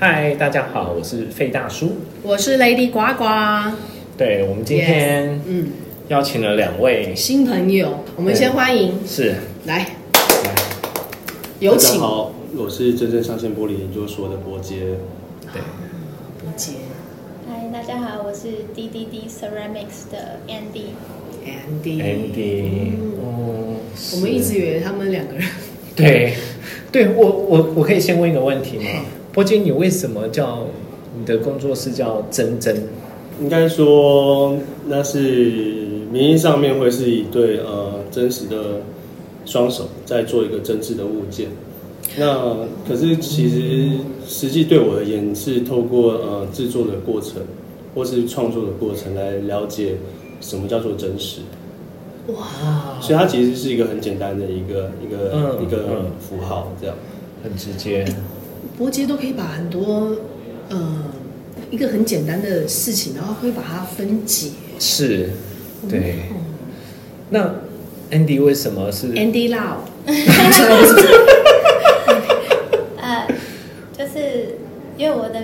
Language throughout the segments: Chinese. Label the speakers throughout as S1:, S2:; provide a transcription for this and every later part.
S1: 嗨，大家好，我是费大叔。
S2: 我是 Lady 呱呱，
S1: 对我们今天
S2: 嗯，
S1: 邀请了两位，
S2: 新朋友，我们
S1: 对
S2: 先欢迎
S1: 是
S2: 来，有
S3: 大家
S2: 请
S3: 好，我是真正上线玻璃研究所的伯杰。
S1: 对
S2: 伯杰
S4: 嗨，大家好，我是 D D D Ceramics 的 Andy。
S2: Andy。
S1: Andy，
S2: 嗯
S1: 嗯，
S2: 我们一直以为他们两个人，
S1: 对， 对我我我可以先问一个问题吗？波姐，你为什么叫你的工作室叫珍珍？
S3: 应该说，那是名义上面会是一对呃真实的双手在做一个真挚的物件。那可是其实实际对我而言是透过呃制作的过程或是创作的过程来了解什么叫做真实。
S1: 哇，哦
S3: 所以它其实是一个很简单的一个一个、
S1: 嗯
S3: 一个
S1: 嗯
S3: 符号这样。
S1: 很直接，
S2: 伯杰都可以把很多呃一个很简单的事情，然后会把它分解。
S1: 是，对。
S2: 嗯
S1: 那 Andy 为什么是？
S2: Andy Lau，是不是
S4: 呃，就是因为我的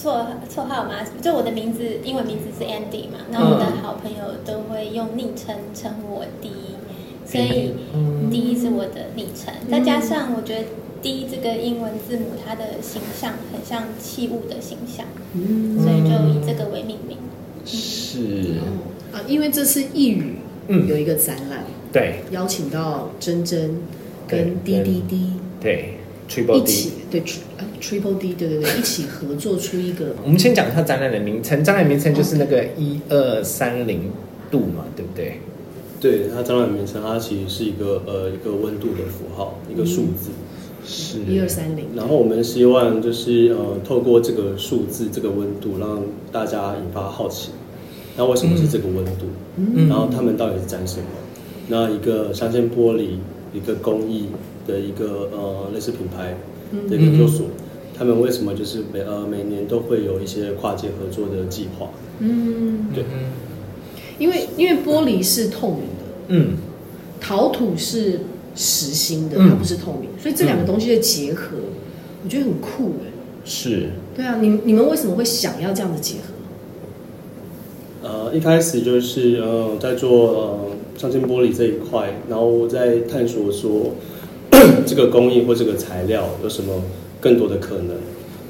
S4: 绰绰号嘛，就我的名字，英文名字是 Andy
S2: 嗯
S4: 嘛，然后我的好朋友都会用昵称称呼我 D，所以
S2: 嗯
S4: D 是我的昵称，再加上我觉得 D 这个英文字母它的形象很像器物的形象，
S2: 嗯
S4: 所以就以这个为命名。
S1: 是，
S2: 啊，因为这次一语
S1: 嗯
S2: 有一个展览，
S1: 对
S2: 邀请到珍珍跟
S1: 对
S2: D
S1: 跟
S2: D D
S1: 对
S2: 一
S1: ，Triple D
S2: 起。对 tri- 啊 Triple D 对对对，一起合作出一个
S1: 我们先讲一下展览的名称，展览名称就是那个一二三零度嘛，对不对？
S3: 对它展览名称，它其实是一个呃一个温度的符号，一个数字。
S1: 是
S2: 一二三零，
S3: 然后我们希望就是呃，透过这个数字、这个温度，让大家引发好奇。那为什么是这个温度？
S1: 嗯
S3: 然后他们到底是展什么？那一个镶嵌玻璃，一个工艺的一个呃类似品牌的研究所，他们为什么就是每呃每年都会有一些跨界合作的计划？
S2: 嗯，
S3: 对，
S2: 因为因为玻璃是透明的，
S1: 嗯，
S2: 陶土是实心的，
S1: 嗯
S2: 它不是透明，所以这两个东西的结合，我觉得很酷哎。
S1: 是
S2: 对啊，你你们为什么会想要这样的结合？
S3: 呃，一开始就是呃，在做呃上千玻璃这一块，然后我在探索说这个工艺或这个材料有什么更多的可能。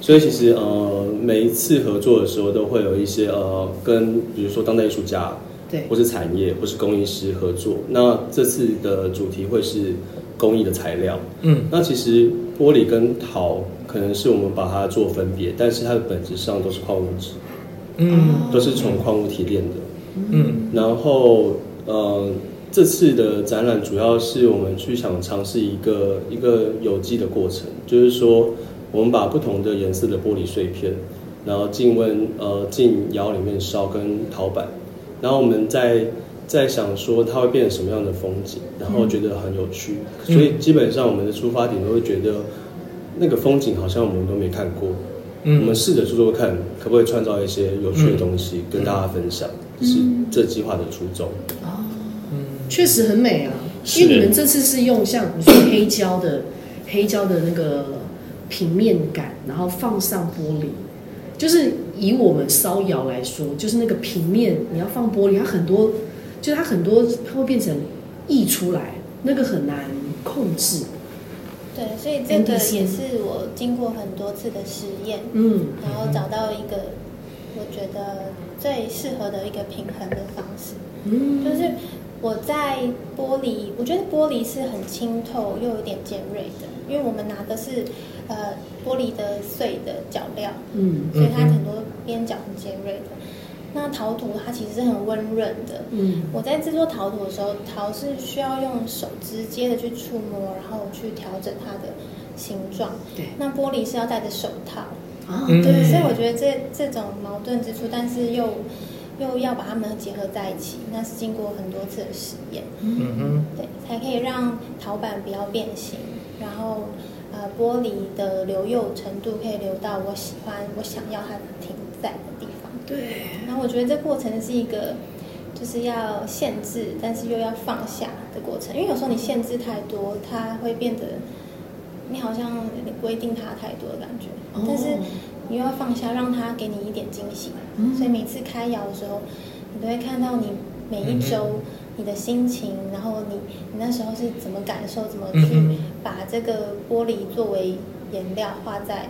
S3: 所以其实呃，每一次合作的时候，都会有一些呃，跟比如说当代艺术家，
S2: 对
S3: 或，是产业，或是工艺师合作。那这次的主题会是工艺的材料。
S1: 嗯，
S3: 那其实玻璃跟陶可能是我们把它做分别，但是它的本质上都是矿物质，
S4: 哦
S1: 嗯
S3: 都是从矿物提炼的。
S1: 嗯
S3: 然后，呃，这次的展览主要是我们去想尝试一个一个有机的过程，就是说，我们把不同的颜色的玻璃碎片，然后进温呃进窑里面烧跟陶板，然后我们再再想说它会变成什么样的风景，然后觉得很有趣，
S1: 嗯
S3: 所以基本上我们的出发点都会觉得那个风景好像我们都没看过，我们
S1: 嗯，
S3: 试着做做看，可不可以创造一些有趣的东西、跟大家分享，
S1: 嗯
S3: 是这计划的初衷。
S2: 确实很美啊，
S1: 是
S2: 因为你们这次是用像你说黑胶的 黑胶的那个平面感，然后放上玻璃，就是以我们烧窑来说，就是那个平面你要放玻璃，它很多就是它很多它会变成溢出来，那个很难控制。
S4: 对，所以这个
S2: Andy
S4: 也是我经过很多次的实验，
S2: 嗯，
S4: 然后找到一个我觉得最适合的一个平衡的方式，
S2: 嗯
S4: 就是我在玻璃，我觉得玻璃是很清透又有点尖锐的，因为我们拿的是呃玻璃的碎的角料，
S2: 嗯
S4: 所以它很多边角很尖锐的。那陶土它其实是很温润的，
S2: 嗯
S4: 我在制作陶土的时候，陶是需要用手直接的去触摸，然后去调整它的形状。
S2: 对
S4: 那玻璃是要戴着手套，
S2: 啊
S1: 嗯
S4: 对，所以我觉得这这种矛盾之处，但是又又要把它们结合在一起，那是经过很多次的实验，
S1: 嗯哼，
S4: 对，才可以让陶板不要变形，然后呃玻璃的留釉程度可以留到我喜欢、我想要它停在的地方。
S2: 对，
S4: 然后我觉得这过程是一个，就是要限制，但是又要放下的过程。因为有时候你限制太多，它会变得你好像规定它太多的感觉。但是
S2: 哦
S4: 你又要放下，让它给你一点惊喜。
S2: 嗯
S4: 所以每次开窑的时候，你都会看到你每一
S1: 嗯
S4: 周你的心情，然后你你那时候是怎么感受，怎么
S1: 嗯
S4: 去
S1: 哼
S4: 把这个玻璃作为颜料画在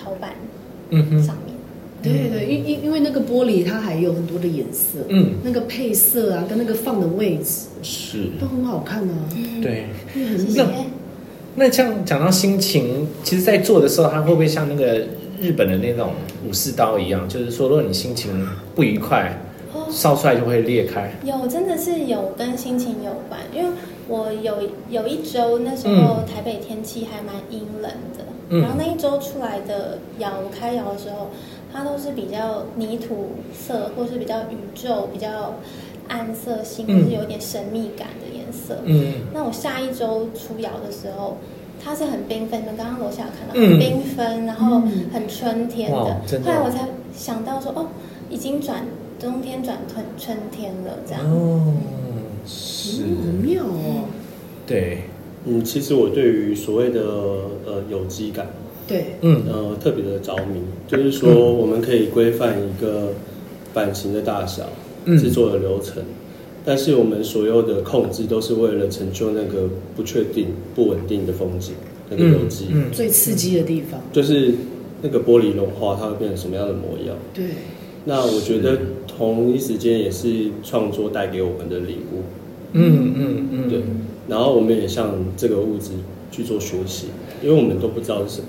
S4: 陶板
S1: 嗯哼
S4: 上，面。
S2: 对对，因因因为那个玻璃它还有很多的颜色，
S1: 嗯，
S2: 那个配色啊，跟那个放的位置
S4: 嗯
S3: 是
S2: 都很好看啊，
S1: 对。
S2: 因为很
S4: 谢
S2: 美
S4: 谢。
S1: 那像讲到心情，其实，在做的时候，它会不会像那个日本的那种武士刀一样？就是说，如果你心情不愉快，
S4: 哦
S1: 烧出来就会裂开。
S4: 有，真的是有跟心情有关，因为我有有一周那时候
S1: 嗯
S4: 台北天气还蛮阴冷的，
S1: 嗯
S4: 然后那一周出来的窑开窑的时候，它都是比较泥土色，或是比较宇宙、比较暗色系，或
S1: 嗯
S4: 是有点神秘感的颜色。
S1: 嗯
S4: 那我下一周出窑的时候，它是很缤纷的，刚刚楼下有看到，
S1: 嗯
S4: 很缤纷，然后
S2: 嗯
S4: 很春天
S1: 哇
S4: 的。
S1: 真的哦
S4: 后来我才想到说，哦，已经转冬天转春春天了，这样。
S1: 哦，
S3: 是
S2: 嗯，很妙哦。
S1: 对，
S3: 嗯，其实我对于所谓的呃有机感，
S2: 对，
S1: 嗯
S3: 呃特别的着迷，就是说我们可以规范一个版型的大小，
S1: 嗯
S3: 制作的流程，但是我们所有的控制都是为了成就那个不确定、不稳定的风景，那个有机，
S1: 嗯
S2: 最刺激的地方，
S3: 就是那个玻璃融化，它会变成什么样的模样？
S2: 对，
S3: 那我觉得同一时间也是创作带给我们的礼物，
S1: 嗯嗯嗯，
S3: 对，然后我们也向这个物质去做学习，因为我们都不知道是什么。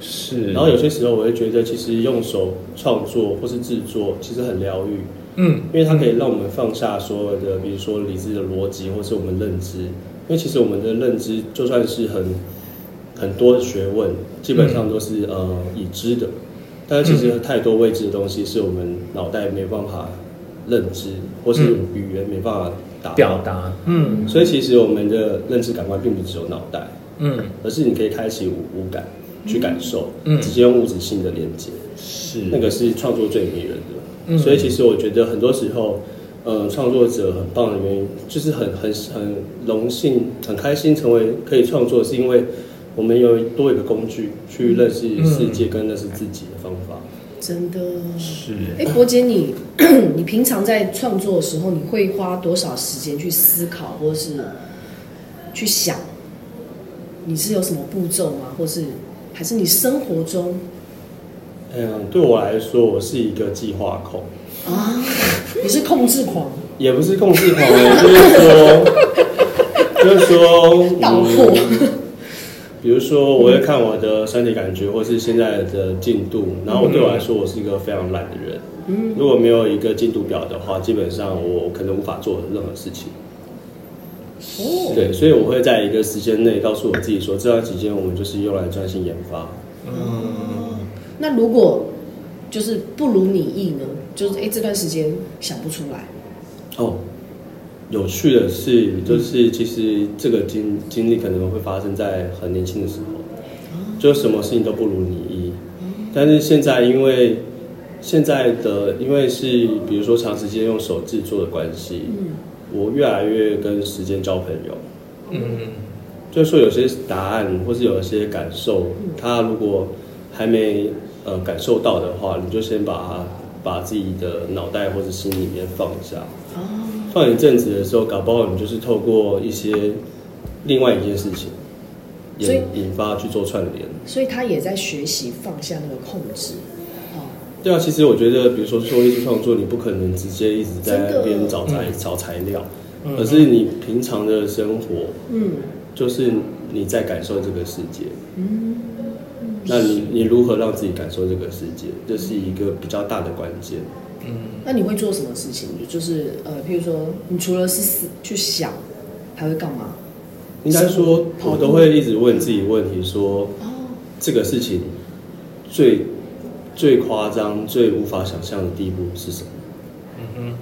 S1: 是。
S3: 然后有些时候我会觉得，其实用手创作或是制作，其实很疗愈，
S1: 嗯
S3: 因为它可以让我们放下所有的，比如说理智的逻辑，或是我们认知。因为其实我们的认知就算是很很多学问，基本上都是、呃已知的，但是其实太多未知的东西是我们脑袋没办法认知，或是
S1: 嗯
S3: 语言没办法达到
S1: 表。达，嗯
S3: 所以其实我们的认知感官并不只有脑袋，
S1: 嗯
S3: 而是你可以开启五五感去感受，
S1: 嗯
S3: 直接用物质性的连接，
S1: 是
S3: 那个是创作最迷人的。
S1: 嗯
S3: 所以其实我觉得很多时候，呃，创作者很棒的原因就是很很很荣幸、很开心成为可以创作，是因为我们有多一个工具去认识世界跟认识自己的方法。
S2: 真的。
S1: 是
S2: 哎，伯姐，你 你平常在创作的时候，你会花多少时间去思考，或是去想？你是有什么步骤吗？或是还是你生活中
S3: 嗯，对我来说，我是一个计划控，
S2: 啊？你是控制狂，
S3: 也不是控制狂，就是说，就是说，
S2: 到货
S3: 嗯，比如说，我会看我的身体感觉，或是现在的进度。然后我对我来说，我是一个非常懒的人。
S2: 嗯，
S3: 如果没有一个进度表的话，基本上我可能无法做任何事情。
S2: 哦
S3: 对，所以我会在一个时间内告诉我自己说，这段期间我们就是用来专心研发。
S2: 哦，那如果就是不如你意呢？就是哎、诶这段时间想不出来，
S3: 哦，有趣的是，就是其实这个经经历可能会发生在很年轻的时候，就什么事情都不如你意。但是现在因为现在的因为是比如说长时间用手制作的关系，
S2: 嗯，
S3: 我越来越跟时间交朋友。
S1: 嗯
S3: 就是说有些答案或是有一些感受，他如果还没呃感受到的话，你就先把它把自己的脑袋或者心里面放下，
S2: 哦，
S3: 放一阵子的时候，搞不好你就是透过一些另外一件事情
S2: 所以
S3: 引引发去做串联。
S2: 所以他也在学习放下那个控制，哦，
S3: 对啊，其实我觉得，比如说做艺术创作，你不可能直接一直在那
S2: 真的
S3: 边找材找材料，
S1: 嗯
S3: 而是你平常的生活，
S2: 嗯
S3: 就是你在感受这个世界。
S2: 嗯，
S3: 那你你如何让自己感受这个世界，这是一个比较大的关键。
S1: 嗯
S2: 那你会做什么事情？就是呃，譬如说，你除了是思去想，还会干嘛？
S3: 应该说，我都会一直问自己问题说
S2: 哦，
S3: 这个事情最最夸张、最无法想象的地步是什么？
S1: 嗯哼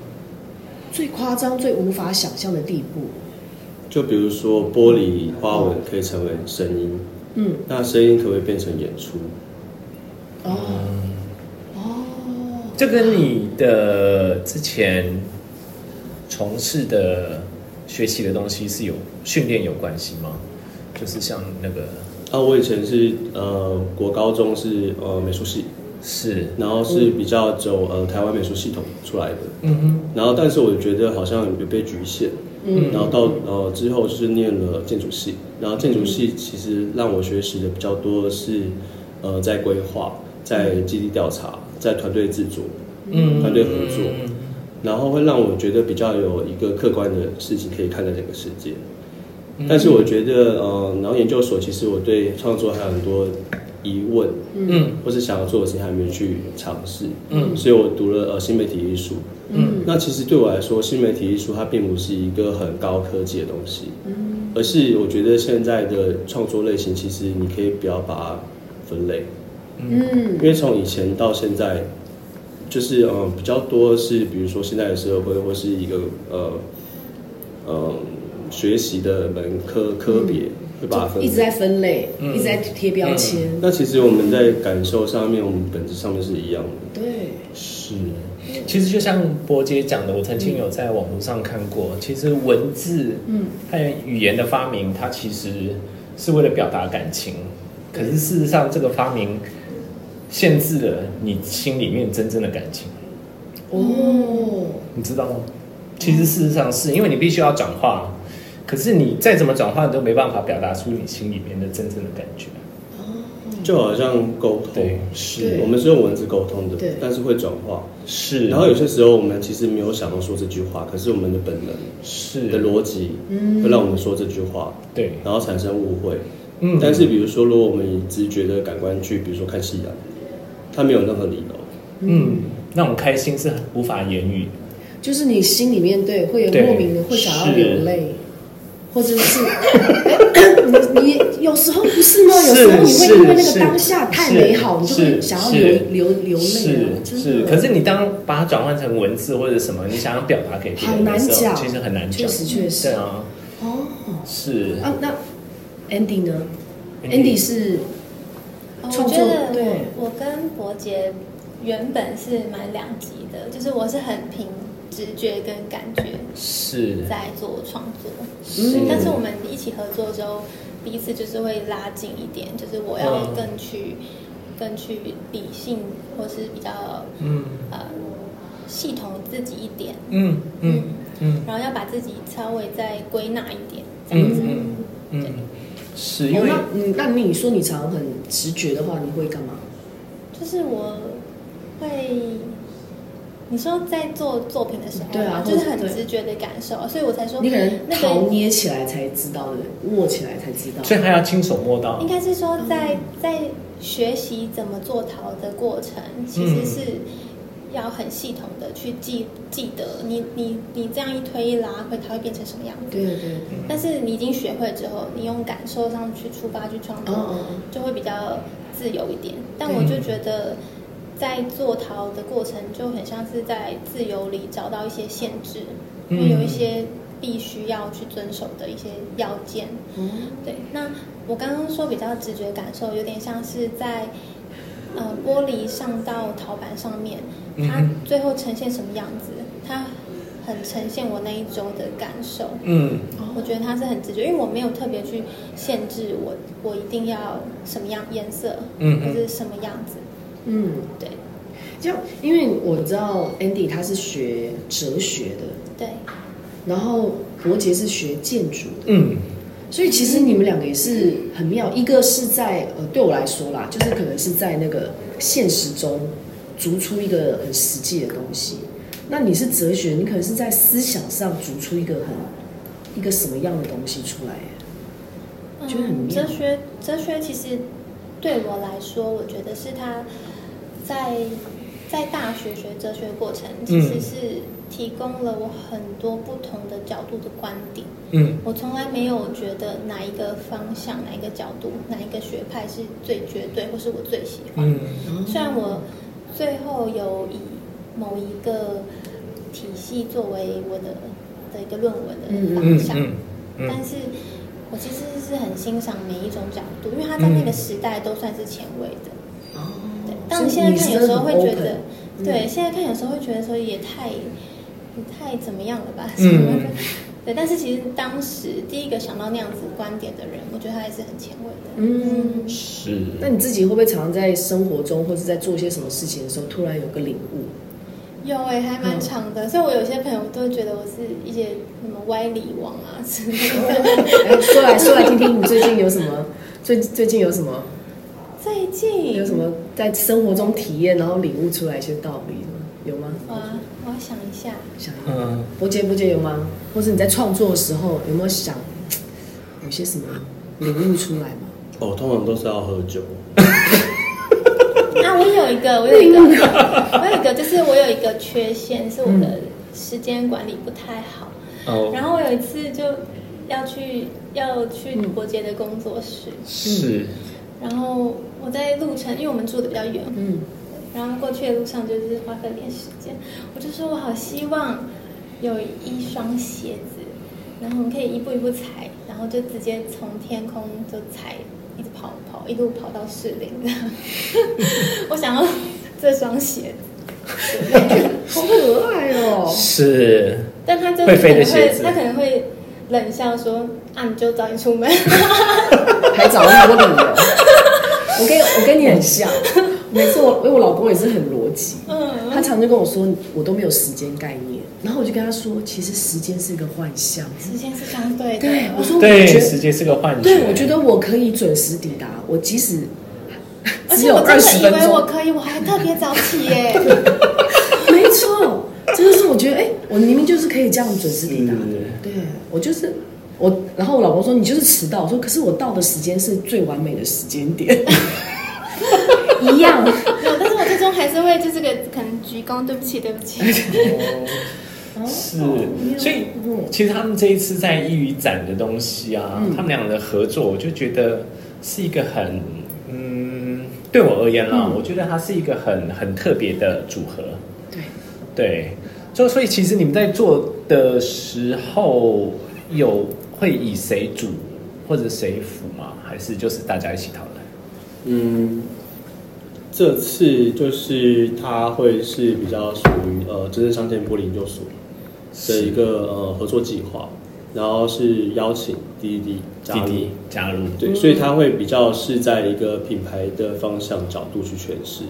S2: 最夸张、最无法想象的地步，
S3: 就比如说，玻璃花纹可以成为声音，
S2: 嗯，
S3: 那声音可不可以变成演出？
S2: 哦
S1: 嗯，
S2: 哦，
S1: 这跟你的之前从事的学习的东西是有训练有关系吗？就是像那个，
S3: 啊，我以前是呃，国高中是呃美术系，
S1: 是，
S3: 然后是比较走呃台湾美术系统出来的，
S1: 嗯哼，
S3: 然后但是我觉得好像有被局限，
S2: 嗯
S3: 然后到呃之后就是念了建筑系，然后建筑
S1: 嗯
S3: 系其实让我学习的比较多的是呃在规划、在基地调查、在团队自主，
S1: 嗯，
S3: 团队合作然后会让我觉得比较有一个客观的事情可以看待整个世界。
S1: 嗯
S3: 但是我觉得呃，然后研究所其实我对创作还有很多疑问，
S1: 嗯
S3: 或是想要做的事情还没去尝试，
S1: 嗯
S3: 所以我读了呃新媒体艺术。
S2: 嗯
S3: 那其实对我来说，新媒体艺术它并不是一个很高科技的东西，
S2: 嗯
S3: 而是我觉得现在的创作类型，其实你可以不要把它分类，因
S2: 嗯
S3: 为从以前到现在，就是嗯、呃比较多是比如说现在的社会或是一个呃呃学习的门科科别、会把它
S2: 嗯
S3: 分
S2: 一直
S3: 类。
S2: 在分类，
S1: 嗯
S2: 一直在贴标签，
S3: 那其实我们在感受上面，我们本质上面是一样的。
S2: 对，
S1: 是，嗯其实就像波姐讲的，我曾经有在网络上看过，其实文字
S2: 嗯
S1: 还有语言的发明，它其实是为了表达感情，可是事实上这个发明限制了你心里面真正的感情，
S2: 哦，
S1: 你知道吗？其实事实上是因为你必须要转化，可是你再怎么转化，你都没办法表达出你心里面的真正的感觉。
S3: 就好像沟
S1: 对
S3: 通，，
S1: 是
S3: 我们是用文字沟通的
S2: 对，
S3: 但是会转化。
S1: 是，
S3: 然后有些时候我们其实没有想要说这句话，可是我们的本能
S1: 是
S3: 的逻辑
S2: 嗯
S3: 会让我们说这句话，
S1: 对，
S3: 然后产生误会。
S1: 嗯
S3: 但是比如说，如果我们以直觉的感官去，比如说看夕阳，它没有任何理由，
S1: 嗯，那种开心是无法言语的。
S2: 就是你心里面对会有
S1: 对
S2: 莫名的会想要
S1: 是
S2: 流泪，或者是哎你你有时候不是吗？有时候你
S1: 是
S2: 会因为那
S1: 是
S2: 个当下太美好，你就会想要流流流泪啊，
S1: 是
S2: 真
S1: 是，
S2: 的。
S1: 可是你当把它转换成文字或者什么，你想要表达给别人的时
S2: 很难
S1: 候，
S2: 讲
S1: 其实很难讲。
S2: 确实确实
S1: 对啊，
S2: 哦
S1: 是
S2: 啊，那 Andy 呢
S1: Andy
S2: ？Andy 是
S4: 哦我
S2: 创
S4: 觉
S2: 作
S4: 得
S2: 对
S4: 我我跟伯杰原本是蛮两极的，就是我是很凭直觉跟感觉
S1: 是
S4: 在做创作，
S2: 嗯
S1: 是，
S4: 但是我们一起合作之后，彼此就是会拉近一点，就是我要
S1: 嗯
S4: 更去、更去理性或是比较
S1: 嗯
S4: 呃系统自己一点，
S1: 嗯嗯嗯
S4: 然后要把自己稍微再归纳一点，这样
S1: 嗯
S4: 子。
S1: 嗯嗯，是因为
S2: 哦，那你那你说你常常很直觉的话，你会干嘛？
S4: 就是我会，你说在做作品的时候嘛，
S2: 对啊
S4: 就是很
S2: 或者对
S4: 直觉的感受，所以我才说
S2: 你可能
S4: 那
S2: 陶
S4: 个
S2: 捏起来才知道的，握起来才知道。
S1: 所以还要亲手摸到
S4: 应，该是
S2: 嗯
S4: 说在在学习怎么做陶的过程，其
S2: 嗯
S4: 实是要很系统的去记记得，你你你这样一推一拉会它会变成什么样子。
S2: 对对对，
S4: 但是你已经学会之后，你用感受上去出发去创
S2: 哦
S1: 嗯
S4: 作，
S2: 哦哦，
S4: 就会比较自由一点。但
S1: 对
S4: 我就觉得，在做陶的过程就很像是在自由里找到一些限制，
S1: 嗯
S4: 会有一些必须要去遵守的一些要件。
S2: 嗯
S4: 对，那我刚刚说比较直觉感受，有点像是在呃玻璃上到陶板上面，
S1: 嗯
S4: 它
S1: 哼
S4: 最后呈现什么样子，它很呈现我那一周的感受。
S1: 嗯
S4: 我觉得它是很直觉，因为我没有特别去限制我，我一定要什么样颜色，
S1: 嗯
S4: 或
S1: 嗯
S4: 是什么样子，
S2: 嗯。
S4: 对
S2: 这样，因为我知道 Andy 他是学哲学的，
S4: 对，
S2: 然后伯杰是学建筑的，
S1: 嗯
S2: 所以其实你们两个也是很妙。一个是在呃，对我来说啦，就是可能是在那呃个现实中逐出一个很实际的东西。那你是哲学，你可能是在思想上逐出一个很一个什么样的东西出来？觉得很
S4: 嗯，
S2: 妙
S4: 哲学哲学其实对我来说，我觉得是它在在大学学哲学过程，其实是提供了我很多不同的角度的观点。
S1: 嗯
S4: 我从来没有觉得哪一个方向、哪一个角度、哪一个学派是最绝对，或是我最喜欢的。
S1: 嗯
S4: 虽然我最后有以某一个体系作为我的的一个论文的
S1: 嗯
S4: 方向，
S1: 嗯嗯
S4: 但是我其实是很欣赏每一种角度，因为它在那个时代都算是前卫的。
S2: 哦，
S1: 嗯
S4: 对，当你现在看有时候会觉得，
S2: 嗯
S4: 对，现在看有时候会觉得说也太也太怎么样了吧，什么
S1: 嗯
S4: 的。对，但是其实当时第一个想到那样子观点的人，我觉得他还是很前卫的。
S2: 嗯，
S1: 是，
S2: 那你自己会不会常常在生活中或是在做些什么事情的时候，突然有个领悟？
S4: 有哎、还蛮长
S2: 嗯
S4: 的，所以我有些朋友都觉得我是一些什么歪理王啊之 类的。
S2: 哎，说来说来听听，你最近有什么？最最近有什么？
S4: 最近
S2: 有什么在生活中体验，然后领悟出来一些道理吗？有吗？
S4: 哇，我想一下，
S2: 想一下
S1: 嗯，
S2: 伯杰，伯杰有吗？或是你在创作的时候有没有想有些什么领悟出来吗？
S3: 哦，通常都是要喝酒。
S4: 啊，我有一个，我有一个，我有一个，就是我有一个缺陷，是我的时间管理不太好。
S1: 哦，
S4: 然后我有一次就要去要去
S2: 嗯
S4: 伯杰的工作室，
S1: 是，
S4: 然后我在路程，因为我们住的比较远，
S2: 嗯，
S4: 然后过去的路上就是花费了点时间，我就说我好希望有一双鞋子，然后我们可以一步一步踩，然后就直接从天空就踩，一直跑跑，一路跑到士林 这样。我想要这双鞋
S2: 好可爱哦、
S1: 是，
S4: 但他就是
S1: 会
S4: 可
S1: 飞的
S4: 能
S1: 鞋
S4: 会
S1: 子，
S4: 他可能会冷笑说：“啊，你就早点出门。
S2: 还找那么多理由。哦 我跟我跟你很像，每次我因为我老公也是很逻辑，”
S4: 嗯，
S2: 他常就跟我说我都没有时间概念，然后我就跟他说，其实时间是一个幻象。
S4: 时间是相对的。
S2: 对，我说我
S1: 对，
S2: 觉
S1: 时
S2: 得，
S1: 间是个幻觉，
S2: 对我觉得我可以准时抵达，我即使
S4: 而
S2: 只
S4: 且
S2: 有
S4: 我真
S2: 二
S4: 的
S2: 十
S4: 以
S2: 分
S4: 为我
S2: 钟，
S4: 可以，我还特别早起耶。
S2: 没错，这就是我觉得，哎，我明明就是可以这样准时抵达的
S1: 是，
S2: 对我就是。我，然后我老公说你就是迟到，我说可是我到的时间是最完美的时间点， 一样。
S4: 没有，但是我最终还是会就这个可能鞠躬，对不起，对 不起。
S1: 是
S2: 哦，
S1: 所以
S2: 嗯
S1: 其实他们这一次在一语展的东西啊，
S2: 嗯
S1: 他们俩的合作，我就觉得是一个很，嗯，对我而言啦，
S2: 嗯
S1: 我觉得它是一个很很特别的组合。
S2: 对，
S1: 对，就所以其实你们在做的时候有会以谁主或者谁辅吗？还是就是大家一起讨论？
S3: 嗯，这次就是它会是比较属于呃，真正商店玻璃研究所的一个呃合作计划，然后是邀请滴滴加入
S1: 滴滴加入，
S3: 对，所以它会比较是在一个品牌的方向角度去诠释，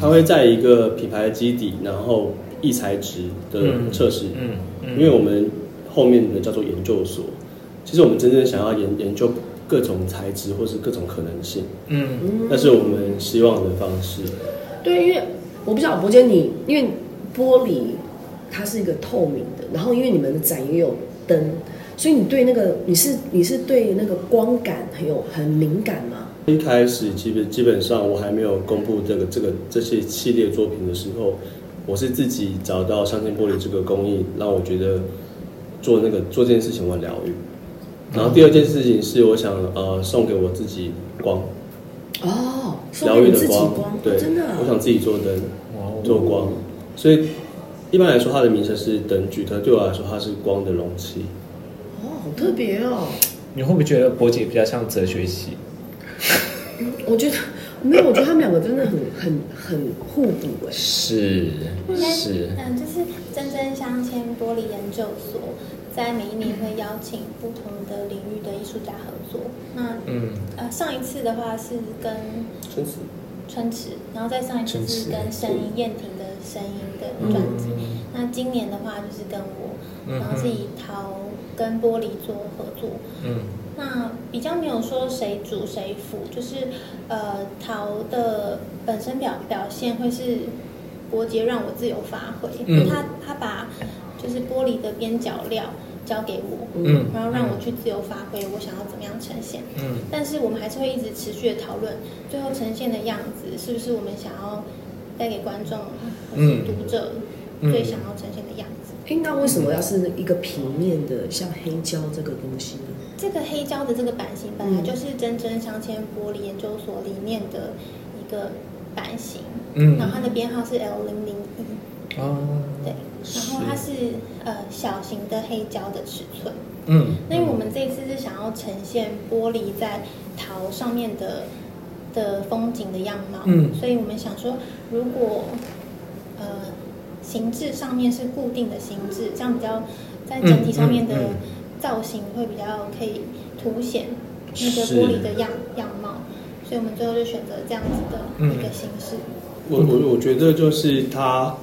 S3: 它会在一个品牌的基底，然后异材质的测试，
S1: 嗯，嗯
S3: 因为我们后面的叫做研究所，其实我们真正想要研研究各种材质或是各种可能性，
S1: 嗯
S3: 那是我们希望的方式。
S2: 对，因为我不知道伯杰你，因为玻璃它是一个透明的，然后因为你们的展也有灯，所以你对那个你是你是对那个光感很有很敏感吗？
S3: 一开始基本基本上我还没有公布这个这个这些系列作品的时候，我是自己找到镶嵌玻璃这个工艺，让我觉得做那个做这件事情我很疗愈。然后第二件事情是，我想呃送给我自己光，
S2: 哦，送
S3: 疗
S2: 给
S3: 愈
S2: 你
S3: 的
S2: 自己
S3: 光，
S2: 光，
S3: 对，
S2: 真的啊、
S3: 我想自己做灯
S1: 哇哦
S3: 做光，所以一般来说它的名称是灯具，可对我来说它是光的容器。
S2: 哦，好特别哦。
S1: 你会不会觉得伯姐比较像哲学系？
S2: 我觉得没有，我觉得他们两个真的很很很互补哎、
S1: 是是，
S4: 嗯，就是真真镶嵌玻璃研究所，在每一年会邀请不同的领域的艺术家合作。那
S1: 嗯，
S4: 呃，上一次的话是跟
S3: 真是
S4: 春池，然后再上一次是跟声音燕婷的声音的专辑。
S1: 嗯
S4: 那今年的话就是跟我，
S1: 嗯哼
S4: 然后是以陶跟玻璃做合作。
S1: 嗯
S4: 那比较没有说谁主谁辅，就是呃陶的本身表表现会是伯杰让我自由发挥，
S1: 嗯
S4: 他他把就是玻璃的边角料交给我，
S1: 嗯
S4: 然后让我去自由发挥，我想要怎么样呈现。
S1: 嗯
S4: 但是我们还是会一直持续的讨论，最后呈现的样子是不是我们想要带给观众或是
S1: 嗯
S4: 读者
S1: 嗯
S4: 最想要呈现的样子。
S2: 哎，那为什么要是一个平面的，像黑胶这个东西呢？
S4: 这个黑胶的这个版型本来就是真真镶嵌玻璃研究所里面的一个版型，
S1: 嗯
S4: 然后它的编号是 L 零零一，
S1: 哦，
S4: 对，然后它是呃小型的黑胶的尺寸。
S1: 嗯，
S4: 那因为我们这一次是想要呈现玻璃在陶上面的的风景的样貌，
S1: 嗯
S4: 所以我们想说，如果呃形制上面是固定的形制，这样比较在整体上面的
S1: 嗯嗯嗯
S4: 造型会比较可以凸显那个
S1: 是嗯
S4: 玻璃的样样貌，所以我们最后就选择这样子的一个形式。
S3: 我我我觉得就是他，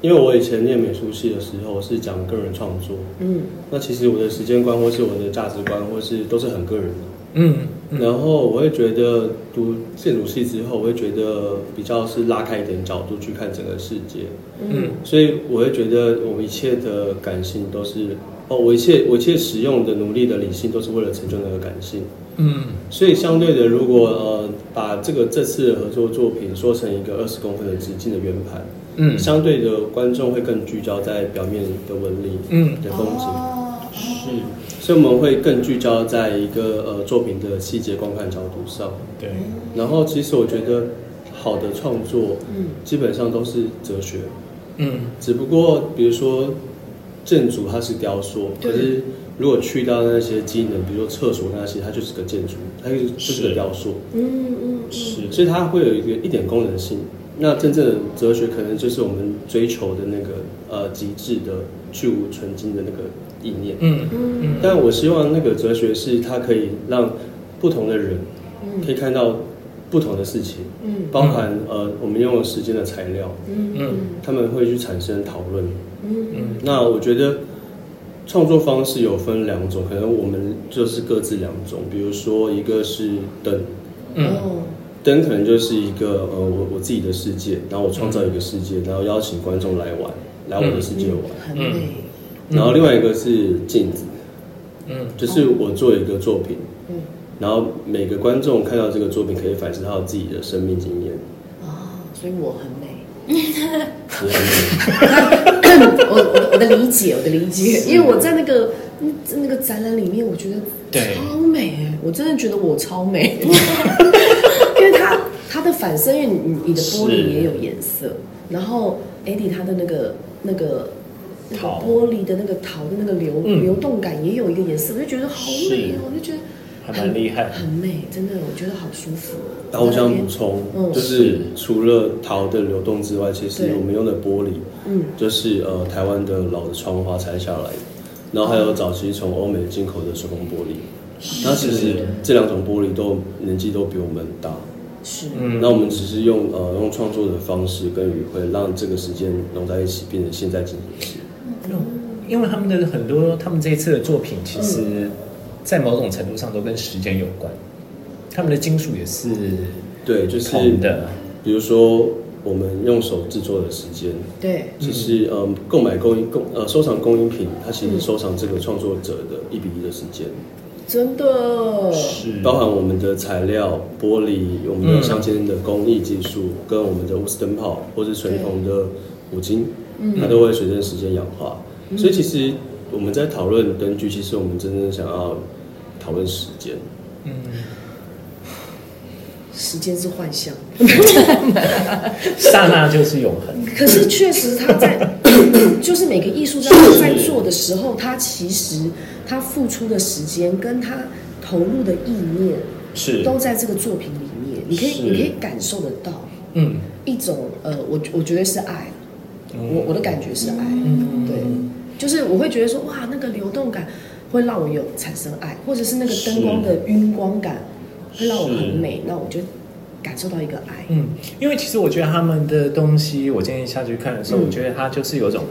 S3: 因为我以前念美术系的时候是讲个人创作，
S2: 嗯，
S3: 那其实我的时间观或是我的价值观或是都是很个人的。
S1: 嗯嗯
S3: 然后我会觉得读建筑系之后，我会觉得比较是拉开一点角度去看整个世界，
S1: 嗯
S3: 所以我会觉得我们一切的感性都是哦，我一切我一切使用的努力的理性都是为了成就那个感性。
S1: 嗯
S3: 所以相对的，如果呃把这个这次的合作作品说成一个二十公分的直径的圆盘，
S1: 嗯
S3: 相对的观众会更聚焦在表面的纹理、
S1: 嗯
S3: 的风景，
S4: 哦，
S1: 是，
S3: 所以我们会更聚焦在一个呃作品的细节观看角度上。
S1: 对，
S3: 然后其实我觉得好的创作
S2: 嗯
S3: 基本上都是哲学，
S1: 嗯
S3: 只不过比如说建筑它是雕塑，
S2: 对
S3: 可是如果去到那些机能，比如说厕所那些，它就是个建筑，它就是就是
S1: 是
S3: 个雕塑。
S2: 嗯嗯嗯，
S1: 是，
S3: 所以它会有一个一点功能性。那真正的哲学可能就是我们追求的那个呃极致的去无存精的那个意念。
S1: 嗯
S2: 嗯
S3: 但我希望那个哲学是它可以让不同的人可以看到不同的事情，
S2: 嗯
S3: 包含呃我们用了时间的材料，
S2: 嗯嗯
S3: 他们会去产生讨论。
S2: 嗯
S1: 嗯
S3: 那我觉得创作方式有分两种，可能我们就是各自两种，比如说一个是等
S1: 嗯
S2: 哦
S3: 灯可能就是一个呃，我我自己的世界，然后我
S2: 嗯
S3: 创造一个世界，然后邀请观众来玩，来我的世界玩。
S2: 很美，
S1: 嗯
S3: 然后另外一个是镜子，
S1: 嗯
S3: 就是我做一个作品，
S2: 哦嗯
S3: 然后每个观众看到这个作品，可以反思他自己的生命经验。
S2: 啊，所以我很美。
S3: 也 很
S2: 我我我的理解，我的理解，因为我在那个嗯那个展览里面，我觉得
S1: 对
S2: 超美哎，我真的觉得我超美， 因为它它的反射，因为你你你的玻璃
S1: 是
S2: 也有颜色，然后 Eddie 他的那个那个那个
S1: 陶
S2: 玻璃的那个陶的那个流、
S1: 嗯
S2: 流动感也有一个颜色，我就觉得好美
S1: 是
S2: 哦，我就觉得
S1: 还蛮厉害
S2: 很美，真的我觉得好舒服哦。
S3: 然后我
S2: 在那
S3: 想
S2: 边
S3: 补充，
S2: 嗯
S3: 就是除了陶的流动之外，其实
S2: 对
S3: 我们用的玻璃
S2: 嗯
S3: 就是呃台湾的老的窗花拆下来的，然后还有早期从欧美进口的手工玻璃。那其实这两种玻璃都年纪都比我们大，
S2: 是
S1: 嗯
S3: 那我们只是用呃用创作的方式跟语汇，让这个时间融在一起，变成现在进行时。
S1: 因为他们的很多，他们这一次的作品，其
S3: 嗯
S1: 实，在某种程度上都跟时间有关。他们的金属也是
S3: 对，就是
S1: 铜的，
S3: 比如说我们用手制作的时间，
S2: 对
S3: 其实呃
S1: 嗯
S3: 购买供应供呃收藏供应品，它其实收藏这个创作者的一比一的时间，
S2: 真
S3: 呃
S2: 的
S1: 是
S3: 包含我们的材料、玻璃、我们
S1: 嗯
S3: 的相间的工艺技术，跟我们的钨丝灯泡或是水桶的五金，它都会随着时间氧化。所以其实我们在讨论灯具，其实我们真正想要讨论时间。
S1: 嗯，
S2: 时间是幻象。
S1: 刹那就是永 恒。
S2: 可是确实他 在，就是每个艺术家在做的时候，他其实他付出的时间跟他投入的意念
S1: 是，
S2: 都在这个作品里面，你可以
S1: 是
S2: 你可以感受得到
S1: 嗯，
S2: 一种呃，我我觉得是爱，我我的感觉是爱，
S1: 嗯
S2: 对，就是我会觉得说哇，那个流动感会让我有产生爱，或者是那个灯光的晕光感会让我很美，那我就感受到一个爱，
S1: 嗯，因为其实我觉得他们的东西，我今天下去看的时候，
S2: 嗯
S1: 我觉得它就是有种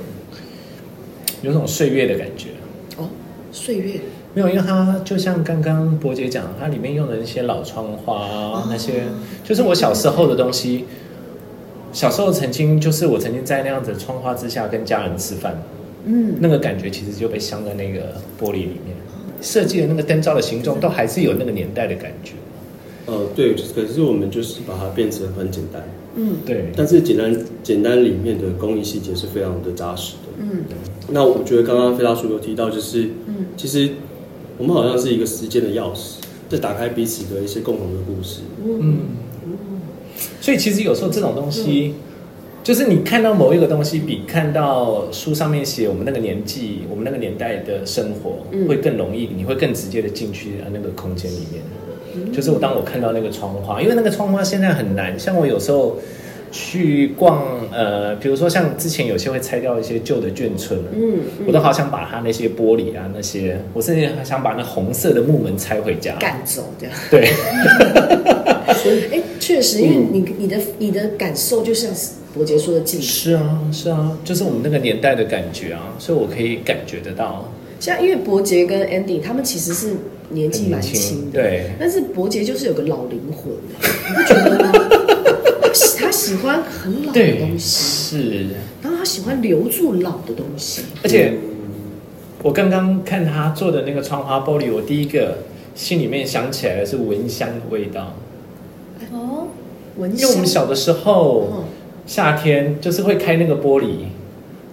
S1: 有种岁月的感觉。
S2: 哦，岁月，
S1: 没有，因为它就像刚刚伯姐讲，它里面用的那些老窗花、啊那些，就是我小时候的东西。小时候曾经就是我曾经在那样子的窗花之下跟家人吃饭，
S2: 嗯。
S1: 那个感觉其实就被镶在那个玻璃里面。设计的那个灯罩的形状都还是有那个年代的感觉。
S3: 呃，对，可是我们就是把它变成很简单，
S2: 嗯
S1: 对，
S3: 但是简单简单里面的工艺细节是非常的扎实的。
S2: 嗯
S3: 那我觉得刚刚费大叔有提到，就是
S2: 嗯
S3: 其实我们好像是一个时间的钥匙，在打开彼此的一些共同的故事。
S1: 嗯，所以其实有时候这种东西，就是你看到某一个东西，比看到书上面写我们那个年纪、我们那个年代的生活，
S2: 嗯
S1: 会更容易，你会更直接的进去那个空间里面。就是我当我看到那个窗花，因为那个窗花现在很难，像我有时候。去逛呃，比如说像之前有些会拆掉一些旧的眷村，
S2: 嗯，
S1: 我都好想把它那些玻璃啊那些，我甚至很想把那红色的木门拆回家。
S2: 赶走这样。
S1: 对，
S2: 哎，确实，因为你
S1: 嗯
S2: 你的你的感受就像伯杰说的近视，
S1: 是啊是啊，就是我们那个年代的感觉啊，所以我可以感觉得到
S2: 像因为伯杰跟 Andy 他们其实是年
S1: 很
S2: 纪蛮轻的，
S1: 对，
S2: 但是伯杰就是有个老灵魂，你不觉得吗？他喜他喜欢很老的
S1: 对
S2: 东西，
S1: 是，
S2: 然后他喜欢留住老的东西。
S1: 而且
S3: 嗯
S1: 我刚刚看他做的那个窗花玻璃，我第一个心里面想起来的是蚊香的味道，
S4: 哦，
S2: 闻
S1: 因为我们小的时候。
S2: 嗯
S1: 夏天就是会开那个玻璃，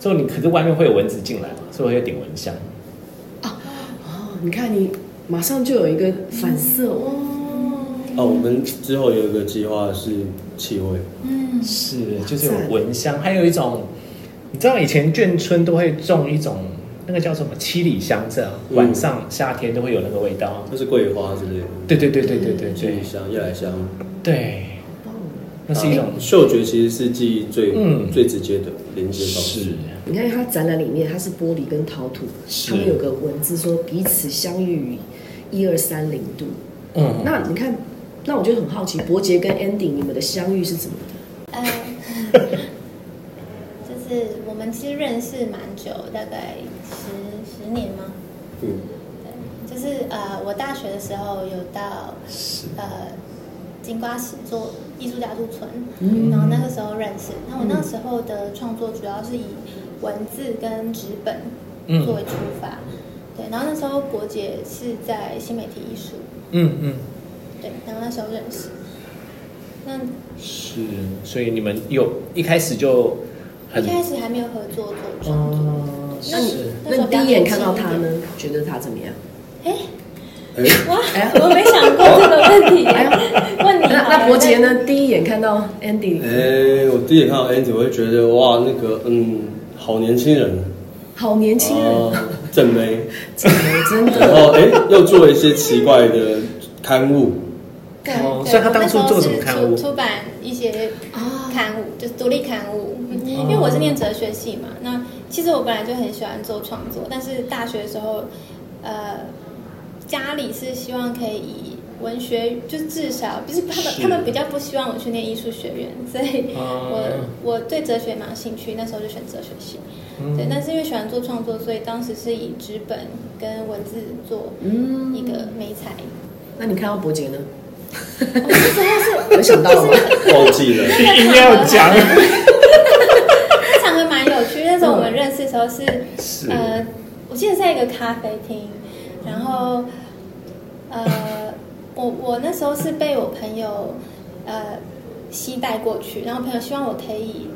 S1: 之后你可是外面会有蚊子进来嘛，所以我会有点蚊香。
S2: 哦，你看你马上就有一个反射哦，
S3: 哦，我们之后有一个计划是气味，
S4: 嗯，
S1: 是，就是有蚊香，还有一种，你知道以前眷村都会种一种那个叫什么七里香，这样、
S3: 嗯
S1: 晚上夏天都会有那个味道。
S3: 那是桂花之类的。
S1: 对对对对对对
S3: 寄
S1: 对
S3: 忆香、夜来香，
S1: 对，
S2: 好棒哦！
S1: 那是一种
S3: 啊嗅觉，其实是记忆最、
S1: 嗯
S3: 最直接的连接方式。
S1: 是
S2: 你看它展览里面，它是玻璃跟陶土，
S1: 是
S2: 他们有个文字说彼此相遇于一二三零度。
S1: 嗯，
S2: 那你看，那我就很好奇，伯杰跟 Andy 你们的相遇是怎么的？
S4: 呃， 就是我们其实认识蛮久，大概十十年吗？
S3: 嗯，
S4: 对，就是呃，我大学的时候有到
S1: 是
S4: 呃金瓜石做艺术家驻村，
S2: 嗯
S4: 然后那个时候认识。那我
S1: 嗯
S4: 那时候的创作主要是以文字跟纸本
S1: 嗯
S4: 作为出发，对。然后那时候伯杰是在新媒体艺术，
S1: 嗯嗯
S4: 对，然后那时候认识。那
S1: 是，所以你们有一开始就很
S4: 一开始还没有合作做创作，
S1: 哦
S4: 那你
S1: 是
S4: 那
S2: 那
S4: 时候
S2: 你
S4: 比较
S2: 第一眼看到他
S4: 年
S2: 呢，觉得他怎么样？
S4: 哎、
S3: 哎、
S4: 哇
S2: 哎，
S4: 我没想过这个问题
S2: 哎呀，
S4: 问你
S2: 那
S4: 好
S2: 那
S4: 了
S2: 伯杰？呢？第一眼看到 Andy，、
S3: 哎、我第一眼看到 Andy，我会觉得哇，那个嗯，好年轻人，
S2: 好年轻人，
S3: 啊正妹，
S2: 真的真
S3: 然
S2: 的。
S3: 后哎、又做一些奇怪的刊物，
S4: 对
S1: 哦
S4: 对
S1: 所以他当初做什么刊物
S4: 我那时候是出出版一些
S2: 啊
S4: 刊物，就是独立刊物。因为我是念哲学系嘛，那其实我本来就很喜欢做创作，但是大学的时候，呃，家里是希望可以以文学，就是至少就是他们
S1: 是
S4: 他们比较不希望我去念艺术学院，所以我、
S1: 哦
S4: 我对哲学蛮有兴趣，那时候就选哲学系。
S1: 嗯
S4: 对，但是因为喜欢做创作，所以当时是以纸本跟文字做
S2: 嗯
S4: 一个美 材。
S2: 那你看到伯杰 呢？
S4: 我哦那时候是
S2: 有想到啊了吗？
S3: 忘记了。
S1: 一定要讲
S4: 那场合蛮有趣，那时候我们认识的时候是，
S1: 是
S4: 呃，我记得在一个咖啡厅，然后，呃，我我那时候是被我朋友呃吸带过去，然后朋友希望我可以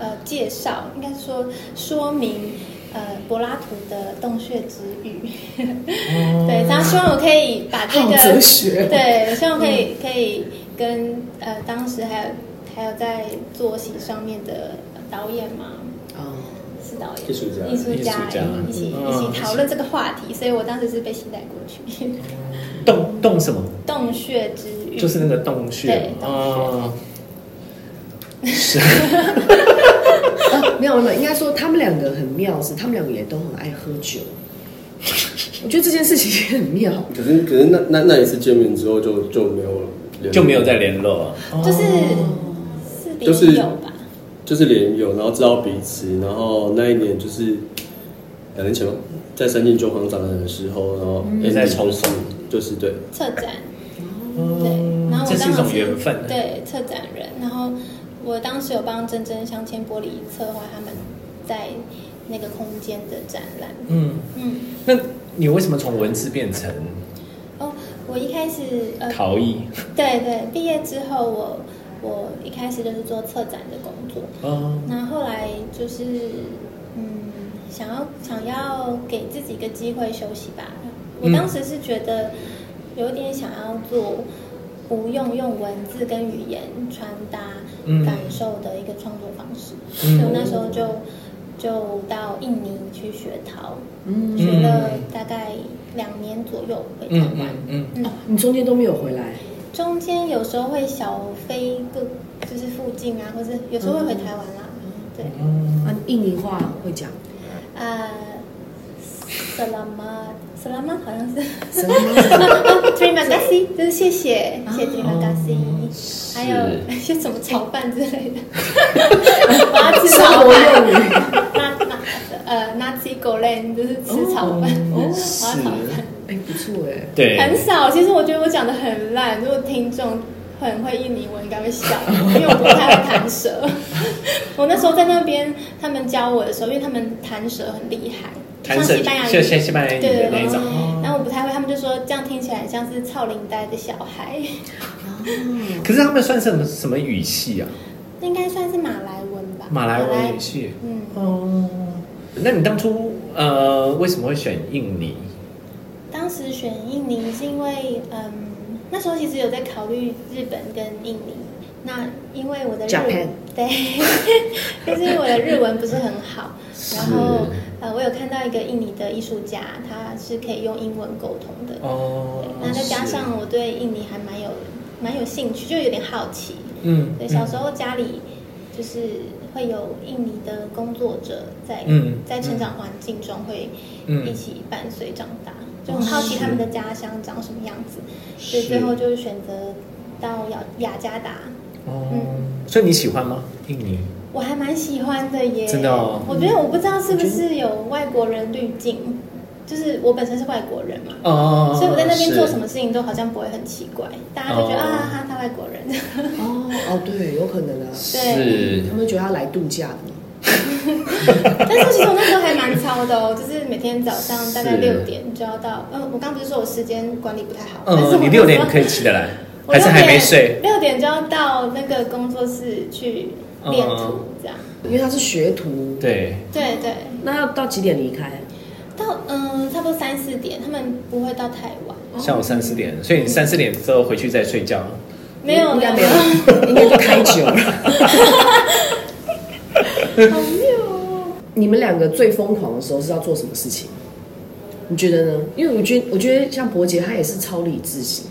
S4: 呃介绍，应该说说明呃柏拉图的洞穴之语， 对，然后希望我可以把这
S2: 哦好
S4: 个
S2: 哲学哦
S4: 对，希望可以可以跟呃当时还有还有在作息上面的导演嘛，
S2: 哦，
S4: 是导演
S3: 艺术家
S4: 艺术
S1: 艺术家
S4: 一起
S1: 嗯
S4: 一起讨论这个话题，所以我当时是被吸带过去。
S1: 动动什么？
S4: 洞穴之语
S1: 就是那个洞穴
S4: 对
S1: 嘛，
S4: 洞
S1: 哦
S2: 啊没有没有，应该说他们两个很妙是，他们两个也都很爱喝酒。我觉得这件事情也很妙，
S3: 可是可是那那那一次见面之后就就没有了联络，
S1: 就没有再联络了。
S2: 哦
S4: 就是是
S3: 就是
S4: 笔友吧，
S3: 就是连友，然后知道彼此，然后那一年就是两年前吧，在三进旧行展览的时候，然后
S1: 又
S3: Andy
S1: 在重
S3: 就是就是对，
S4: 策展
S1: 哦
S4: 对，然后，我
S1: 这
S4: 刚
S1: 是一
S4: 好
S1: 种缘分。，
S4: 对策展人，然后我当时有帮真真镶嵌玻璃策划他们在那个空间的展览，
S1: 嗯，
S4: 嗯。
S1: 那你为什么从文字变成
S4: 哦，我一开始呃，
S1: 陶艺？
S4: 对对，毕业之后我我一开始就是做策展的工作，
S1: 哦，
S4: 那后来就是嗯，想要想要给自己一个机会休息吧。我
S1: 嗯
S4: 当时是觉得有点想要做无用用文字跟语言传达
S1: 嗯
S4: 感受的一个创作方式，
S1: 嗯
S4: 所以我那时候就就到印尼去学陶，
S2: 嗯
S4: 学了大概两年左右回台
S1: 嗯
S4: 湾。
S2: 哦
S1: 嗯嗯，
S4: 嗯
S2: 你中间都没有回来，
S4: 中间有时候会小飞个就是附近啊，或是有时候会回台湾啦、对，
S1: 嗯
S2: 啊，印尼话会 讲，
S4: 呃，selamat，selamat 好像是
S2: 什么？
S4: ，terima kasih，就是谢谢，谢谢 terima kasih，
S1: 啊哦是
S4: 还有一些什么炒饭之类 的，我要吃炒
S2: 我
S4: 饭，
S2: 用语。
S4: 那那呃，nasi goreng 就是吃炒饭，
S1: 哦
S4: 我要炒饭。
S1: 是，
S2: 哎，不错哎，
S1: 对，
S4: 很少。其实我觉得我讲的很烂，如果听众很会印尼文，应该会笑，因为我不太会 弹舌。我那时候在那边，他们教我的时候，因为他们弹舌很厉害，
S1: 弹
S4: 像
S1: 舌
S4: 西班牙
S1: 就
S4: 语。
S1: 像
S4: 哦
S1: 西班牙语的那一种，哦
S4: 然后我不太会，他们就说这样听起来像是操林呆的小孩，哦
S1: 可是他们算什么什么语系啊？
S4: 应该算是马来文吧？
S1: 马来文语系。
S4: 嗯，
S1: 哦，那你当初呃为什么会选印尼？
S4: 当时选印尼是因为，嗯，那时候其实有在考虑日本跟印尼。那因为我的日
S2: Japan
S4: 对，就是因为我的日文不是很好，然后呃，我有看到一个印尼的艺术家，他是可以用英文沟通的。
S1: 哦
S4: 对，那再加上我对印尼还蛮有蛮有兴趣，就有点好奇。
S1: 嗯，
S4: 对，小时候家里就是会有印尼的工作者在、
S1: 嗯
S4: 在成长环境中会
S1: 嗯
S4: 一起伴随长大，就很好奇他们的家乡长什么样子，所以
S1: 是
S4: 最后就是选择到雅雅加达。
S1: 哦
S4: 嗯，
S1: 所以你喜欢吗？印尼？
S4: 我还蛮喜欢的耶，
S1: 真的哦
S4: 我觉得我不知道是不是有外国人滤镜，就是我本身是外国人嘛，
S1: 哦，
S4: 所以我在那边做什
S1: 么？
S4: 么事情都好像不会很奇怪，大家就觉得、
S1: 哦
S4: 啊哈他外国人，
S2: 哦哦，对，有可能啊，
S1: 是
S3: 嗯
S2: 他们觉得他来度假的嘛。
S4: 但是其实我那时候还蛮超的哦，就是每天早上大概
S1: 是
S4: 六点就要到。嗯，我刚不是说我时间管理不太好，但是我
S1: 嗯，你
S4: 那
S1: 六
S4: 时
S1: 点
S4: 候
S1: 可以起得来，
S4: 我
S1: 还
S4: 六
S1: 是
S4: 点
S1: 还没睡？
S4: 六点就要到那个工作室去练图，这样。
S2: 因为他是学徒，
S1: 对，
S4: 对对，
S2: 那要到几点离开？
S4: 到嗯差不多三四点，他们不会到太晚。
S1: 下午三四点，所以你三四点之后回去再睡觉。
S4: 没
S1: 嗯
S4: 有，
S2: 应该没
S4: 有，
S2: 有，应该就开酒了。
S4: 好妙哦。
S2: 你们两个最疯狂的时候是要做什么事情？你觉得呢？因为我觉得，我觉得像伯杰他也是超理智型。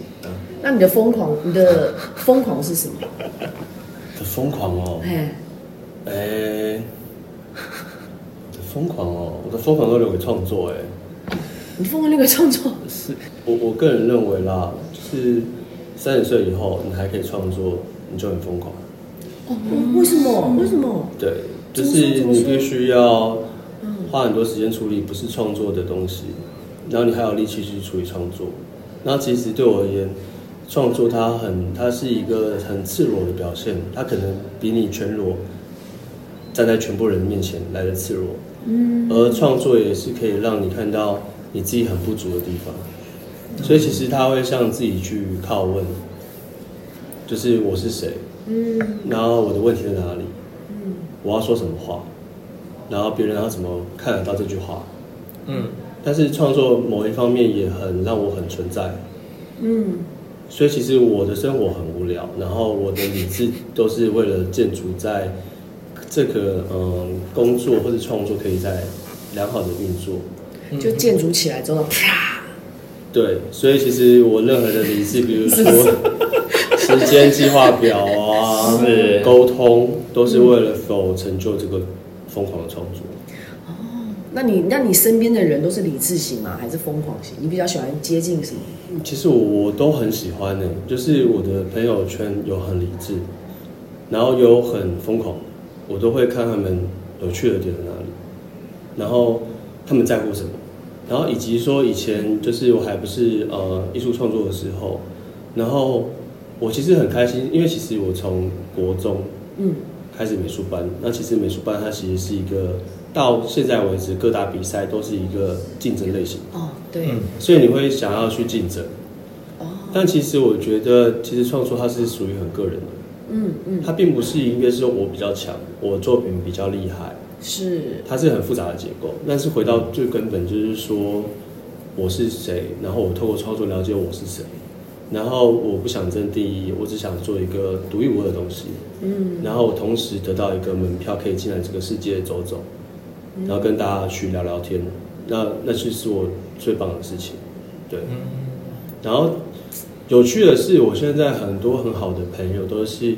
S2: 那你的疯狂，你的疯狂是什么？
S3: 疯狂哦，
S2: 哎，
S3: 哎、我的疯狂哦，我的疯狂都留给创作哎、
S2: 你疯狂那个创作，
S3: 我我个人认为啦，就是三十岁以后你还可以创作，你就很疯狂。
S2: 哦，为什么？为什么？
S3: 对，就
S2: 怎
S3: 是
S2: 么说
S3: 你必须要花很多时间处理不是创作的东西，然后你还有力气去处理创作。那其实对我而言，创作它很，它是一个很赤裸的表现，它可能比你全裸站在全部人面前来的赤裸。嗯，而创作也是可以让你看到你自己很不足的地方，所以其实他会向自己去拷问，就是我是谁，嗯，然后我的问题在哪里，我要说什么话，然后别人要怎么看得到这句话。
S1: 嗯，
S3: 但是创作某一方面也很让我很存在，
S2: 嗯，
S3: 所以其实我的生活很无聊，然后我的理智都是为了建筑在这个嗯工作或者创作可以在良好的运作。
S2: 就建筑起来之后，啪，
S3: 对，所以其实我任何的理智，比如说时间计划表啊
S1: 是，
S3: 沟通，都是为了否成就这个疯狂的创作。
S2: 那你那你身边的人都是理智型吗？还是疯狂型？你比较喜欢接近什么？
S3: 其实我我都很喜欢呢、就是我的朋友圈有很理智，然后有很疯狂，我都会看他们有趣的点在哪里，然后他们在乎什么，然后以及说以前就是我还不是呃艺术创作的时候，然后我其实很开心，因为其实我从国中
S2: 嗯，
S3: 开始美术班，那其实美术班它其实是一个到现在为止各大比赛都是一个竞争类型，
S2: 哦，对，
S1: 嗯
S3: 所以你会想要去竞争。
S2: 哦，
S3: 但其实我觉得，其实创作它是属于很个人的，
S2: 嗯嗯，
S3: 它并不是应该说我比较强，我作品比较厉害，
S2: 是，
S3: 它是很复杂的结构。但是回到最根本，就是说我是谁，然后我透过创作了解我是谁，然后我不想争第一，我只想做一个独一无二的东西，
S2: 嗯
S3: 然后我同时得到一个门票，可以进来这个世界走走，然后跟大家去聊聊天，那那就是我最棒的事情，对。然后有趣的是，我现在很多很好的朋友都是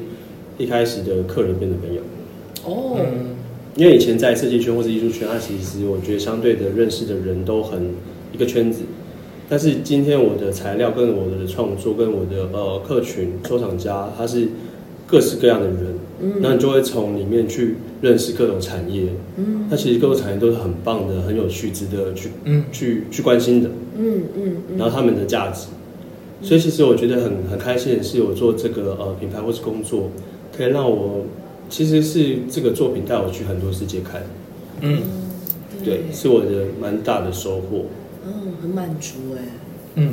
S3: 一开始的客人变成朋友。
S2: 哦，
S1: 嗯，
S3: 因为以前在设计圈或是艺术圈，它其实我觉得相对的认识的人都很一个圈子。但是今天我的材料跟我的创作跟我的呃客群收藏家，他是各式各样的人，嗯，那你就会从里面去认识各种产业，嗯，那其实各种产业都是很棒的，很有趣，值得去
S1: 嗯
S3: 去去关心的，
S2: 嗯嗯嗯，
S3: 然后他们的价值。所以其实我觉得很很开心的是，我做这个呃品牌或是工作，可以让我其实是这个作品带我去很多世界看，
S1: 嗯
S3: 对，是我的蛮大的收获。
S2: 嗯，很满足哎。
S1: 嗯，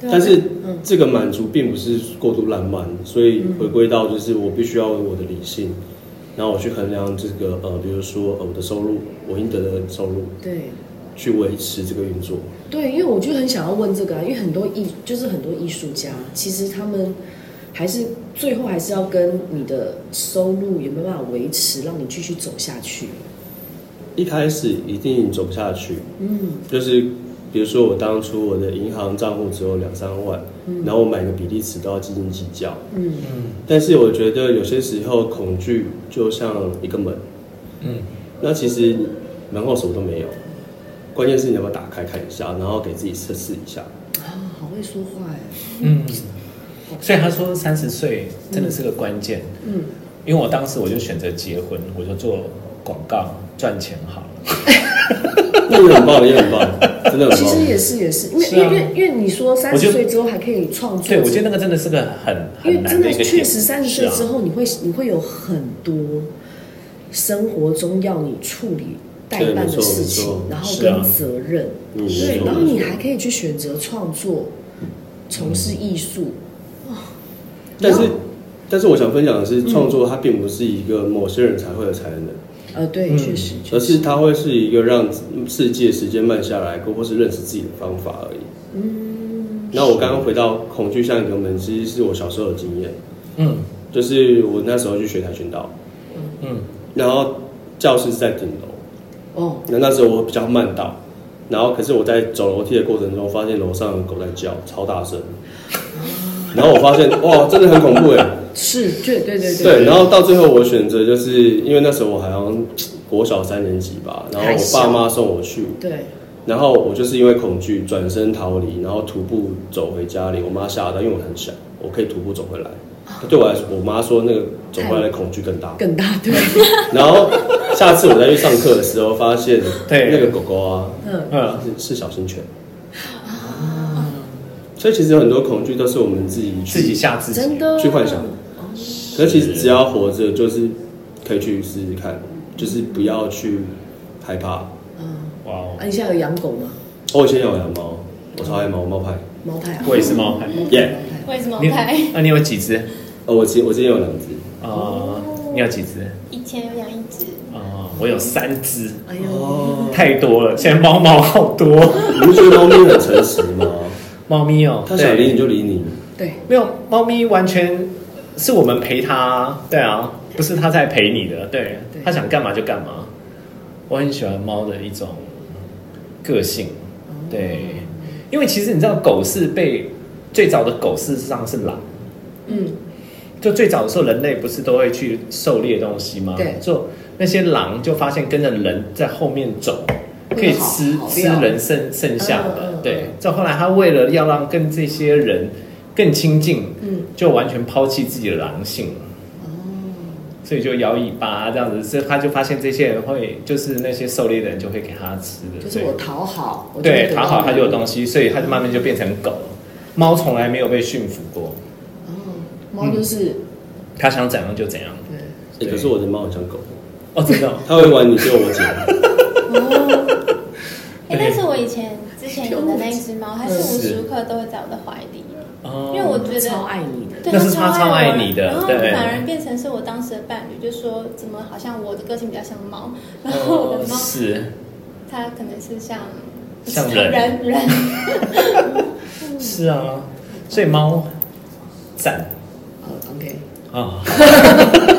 S2: 对啊
S3: 但是
S2: 嗯
S3: 这个满足并不是过度浪漫，所以回归到就是我必须要有我的理性，然后我去衡量这个呃，比如说呃我的收入，我应得的收入，
S2: 对
S3: 去维持这个运作。
S2: 对，因为我就很想要问这个啊，因为很多艺就是很多艺术家，其实他们还是最后还是要跟你的收入有没有办法维持，让你继续走下去。
S3: 一开始一定走不下去，
S2: 嗯
S3: 就是比如说我当初我的银行账户只有两三万，然后我买个比例尺都要斤斤计较，
S2: 嗯
S3: 但是我觉得有些时候恐惧就像一个门，
S1: 嗯，
S3: 那其实门后什么都没有，关键是你要不要打开看一下，然后给自己测试一下。
S2: 啊，好会说话哎。
S1: 嗯，所以他说三十岁真的是个关键，
S2: 嗯，
S1: 因为我当时我就选择结婚，我就做广告赚钱好了。
S3: 那也很棒，也 很棒，真的很棒。
S2: 其实也是也是，因为
S1: 是
S2: 因
S1: 啊
S2: 为因为因为你说三
S1: 我觉
S2: 十
S1: 得
S2: 岁之后还可以创作，
S1: 对，我觉得那个真的是个很
S2: 因为
S1: 很难
S2: 真
S1: 的
S2: 的
S1: 一个点
S2: 确实三十岁之
S1: 是啊
S2: 后，你会你会有很多生活中要你处理代办的事
S3: 对没错
S2: 情
S3: 没错，
S2: 然后
S1: 是啊
S2: 跟责任，
S3: 嗯没
S2: 对，
S3: 错
S2: 然后你
S3: 没错
S2: 还可以去选择创作，从事
S1: 嗯
S2: 艺术，
S3: 但是
S2: 然后，嗯
S3: 但是我想分享的是，创作它并不是一个某些人才会有才能的，
S2: 呃，对，
S1: 嗯
S2: 确实，确
S3: 而
S2: 实
S3: 是它会是一个让世界时间慢下来，或是认识自己的方法而已。嗯。那我刚刚回到恐惧像一个门，其实是我小时候的经验，
S1: 嗯
S3: 就是我那时候去学跆拳道，
S1: 嗯
S3: 然后教室是在顶楼，
S2: 哦，
S3: 那那时候我比较慢到，然后可是我在走楼梯的过程中，发现楼上的狗在叫，超大声。然后我发现，哇，真的很恐怖哎。
S2: 是，对对对
S3: 对，然后到最后我选择就是因为那时候我好像国小三年级吧，然后
S2: 还
S3: 我
S2: 小
S3: 爸妈送我去，
S2: 对，
S3: 然后我就是因为恐惧转身逃离，然后徒步走回家里。我妈吓到，因为我很小，我可以徒步走回来。
S1: 哦
S3: 对我来说，我妈说那个走回来的恐惧更大。
S2: 更大 对，
S3: 然后下次我再去上课的时候，发现
S1: 对
S3: 那个狗狗啊，
S2: 嗯，
S1: 嗯，啊
S3: 是是小型犬。所以其实有很多恐惧都是我们自己去
S1: 自己吓自己
S2: 真。的
S3: 去幻想的可其实只要活着，就是可以去试试看，就是不要去害怕。
S2: 嗯，
S1: 哇哦
S2: 啊，，你现在有养狗吗？
S3: 我以前有养猫，我超爱猫，猫派。
S2: 猫派啊，
S1: 我也是 猫派。
S3: 耶、
S2: 猫派
S4: 为什么
S1: 你
S4: 拍？
S1: 那你有几只？
S3: 哦，我今我今天有两只，
S1: 啊，你有几只？
S4: 以前有养一只，
S1: 啊，我有三只，
S2: 哎呦，
S3: 哦，
S1: 太多了。现在猫毛好多，
S3: 你不觉得猫咪很诚实吗？
S1: 猫咪哦，
S3: 它想
S1: 对
S3: 理你就理你，
S2: 对，
S1: 没有，猫咪完全是我们陪它，对啊，不是它在陪你的，对
S2: 对，
S1: 它想干嘛就干嘛。我很喜欢猫的一种个性，
S2: 哦
S1: 对，因为其实你知道，狗是被最早的狗事实上是狼，
S2: 嗯，
S1: 就最早的时候，人类不是都会去狩猎东西吗？
S2: 对
S1: 就那些狼就发现跟着人在后面走，可以吃
S2: 好好
S1: 吃
S2: 料
S1: 人剩剩下
S2: 嗯嗯
S1: 的
S2: 嗯。
S1: 对，再后来他为了要让跟这些人更亲近，
S2: 嗯，
S1: 就完全抛弃自己的狼性，
S2: 哦，
S1: 所以就摇尾巴这样子。所以他就发现这些人会，就是那些狩猎的人就会给他吃的，
S2: 就是我讨好，我
S1: 对
S2: 就会
S1: 对
S2: 得
S1: 讨
S2: 到
S1: 好他就有
S2: 你
S1: 东西，所以他就慢慢就变成狗。猫从来没有被驯服过，
S2: 哦，猫就是、
S1: 它想怎样就怎样。
S2: 对，
S3: 欸可是我的猫很像狗，
S1: 哦，真的哦、
S3: 它会玩你就我 姐，
S4: 哎、
S1: 对嗯
S4: 但是我以前之前养的那一只猫，它是无时无刻都会在我的怀里，
S1: 哦，
S4: 因为我觉得
S2: 超爱你的，
S4: 对
S1: 那
S4: 它
S1: 是它超爱
S4: 我
S1: 你的
S4: 然后
S1: 对
S4: 反而变成是我当时的伴侣，就说怎么好像我的个性比较像猫，然后我
S1: 哦
S4: 的猫
S1: 是
S4: 它可能是像
S1: 像人
S4: 人人
S1: 是啊，所以猫赞
S2: 呃，OK，
S1: 啊，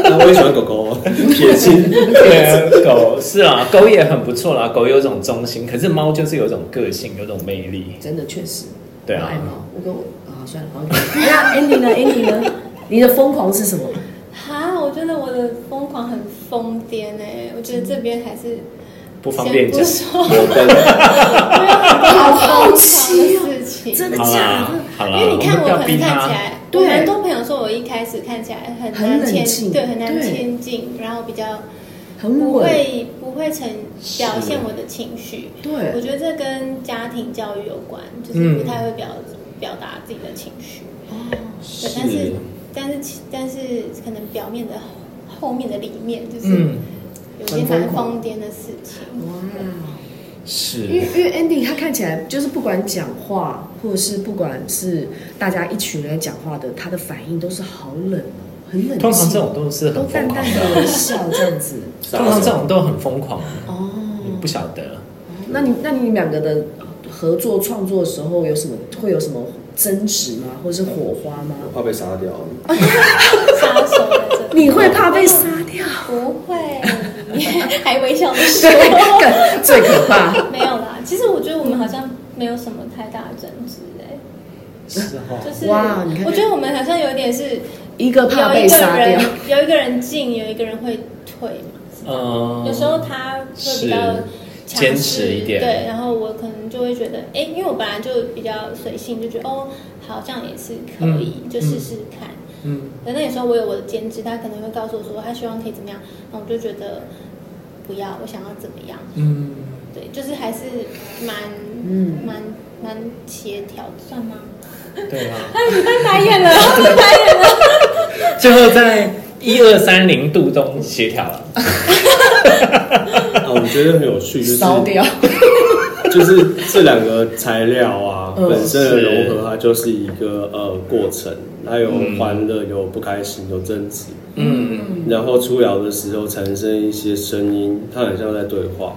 S3: 那我也喜欢狗狗，哦 铁青。
S1: 对狗是啊，狗也很不错啦，狗有种忠心，可是猫就是有种个性，有种魅力，
S2: 真的确实，
S1: 对
S2: 我爱
S1: 啊，
S2: 猫，我跟我啊算了，好，那 Andy 呢？Andy 呢？你的疯狂是什么？
S4: 哈，我我觉得我的疯狂很疯癫哎，我觉得这边还是
S1: 不方便讲
S4: 先不。说，
S3: 没有关系，
S4: 好
S2: 好奇哦
S4: 事情，
S2: 真的
S1: 好
S2: 假
S1: 啦
S2: 的？，
S1: 好啦，
S4: 因为你看
S1: 我们
S4: 我
S1: 不要
S4: 可
S1: 逼
S4: 能看起
S1: 他。
S4: 来，
S2: 对
S4: 我蛮多朋友说我一开始看起来很
S2: 很
S4: 难
S2: 冷静
S4: 亲，对，很难
S2: 对
S4: 亲近，然后比较
S2: 很
S4: 不
S2: 稳，
S4: 会不会呈表现我的情绪。我
S2: 对，
S4: 觉得这跟家庭教育有关，就是
S1: 嗯
S4: 不太会表表达自己的情绪。
S2: 哦
S4: 对，但
S3: 是
S4: 是但是其但是可能表面的后后面的里面就是
S1: 嗯，
S4: 有一些
S2: 很疯
S4: 蛮
S2: 狂
S4: 疯癫的事情。
S2: 哇。因为
S1: 是，
S2: 因为 Andy 他看起来就是不管讲话，或者是不管是大家一群人在讲话的，他的反应都是好冷哦，很冷静，
S1: 通常这种都是
S2: 都
S1: 很疯
S2: 淡
S1: 狂
S2: 淡
S1: 的
S2: 的
S1: 啊，
S2: 微笑这样子。
S1: 通常这种都很疯狂，你
S2: 哦，
S1: 不晓得。
S2: 那你那你们两个的合作创作的时候有什么会有什么争执吗，或者是火花吗？
S3: 怕被杀掉。哦
S4: 杀手在这里
S2: 你会怕被杀掉？
S4: 不会，还微笑的 说。
S2: 对，更最可怕。
S4: 没有啦，其实我觉得我们好像没有什么太大的争执哎、
S1: 是
S4: 就
S1: 哦，
S4: 是
S2: 哇你看
S4: 我觉得我们好像有点是
S2: 一个怕
S4: 有
S2: 被
S4: 一个
S2: 杀掉
S4: 人，有一个人进，有一个人会退嘛。
S1: 嗯，
S2: 哦
S4: 有时候他会比较
S1: 是
S4: 强势
S1: 坚持一点
S4: 对，然后我可能就会觉得，哎，因为我本来就比较随性，就觉得哦，好像也是可以，
S1: 嗯
S4: 就试试看。
S1: 嗯，
S4: 可那有时候我有我的坚持，他可能会告诉我说他希望可以怎么样，那我就觉得不要，我想要怎么样。
S1: 嗯，
S4: 对，就是还是蛮
S2: 嗯
S4: 嗯蛮蛮协调，算吗？
S1: 对 啊。
S4: 哎，你被白眼了，白眼了。
S1: 最后在一二三零度中协调了。
S3: 啊，我觉得很有趣，就是
S2: 烧掉。
S3: 就是这两个材料啊，
S2: 嗯
S3: 本身的
S1: 是
S3: 融合，它就是一个呃过程，它有
S1: 嗯
S3: 欢乐，有不开心，有争执，
S1: 嗯
S3: 然后出窑的时候产生一些声音，它很像在对话。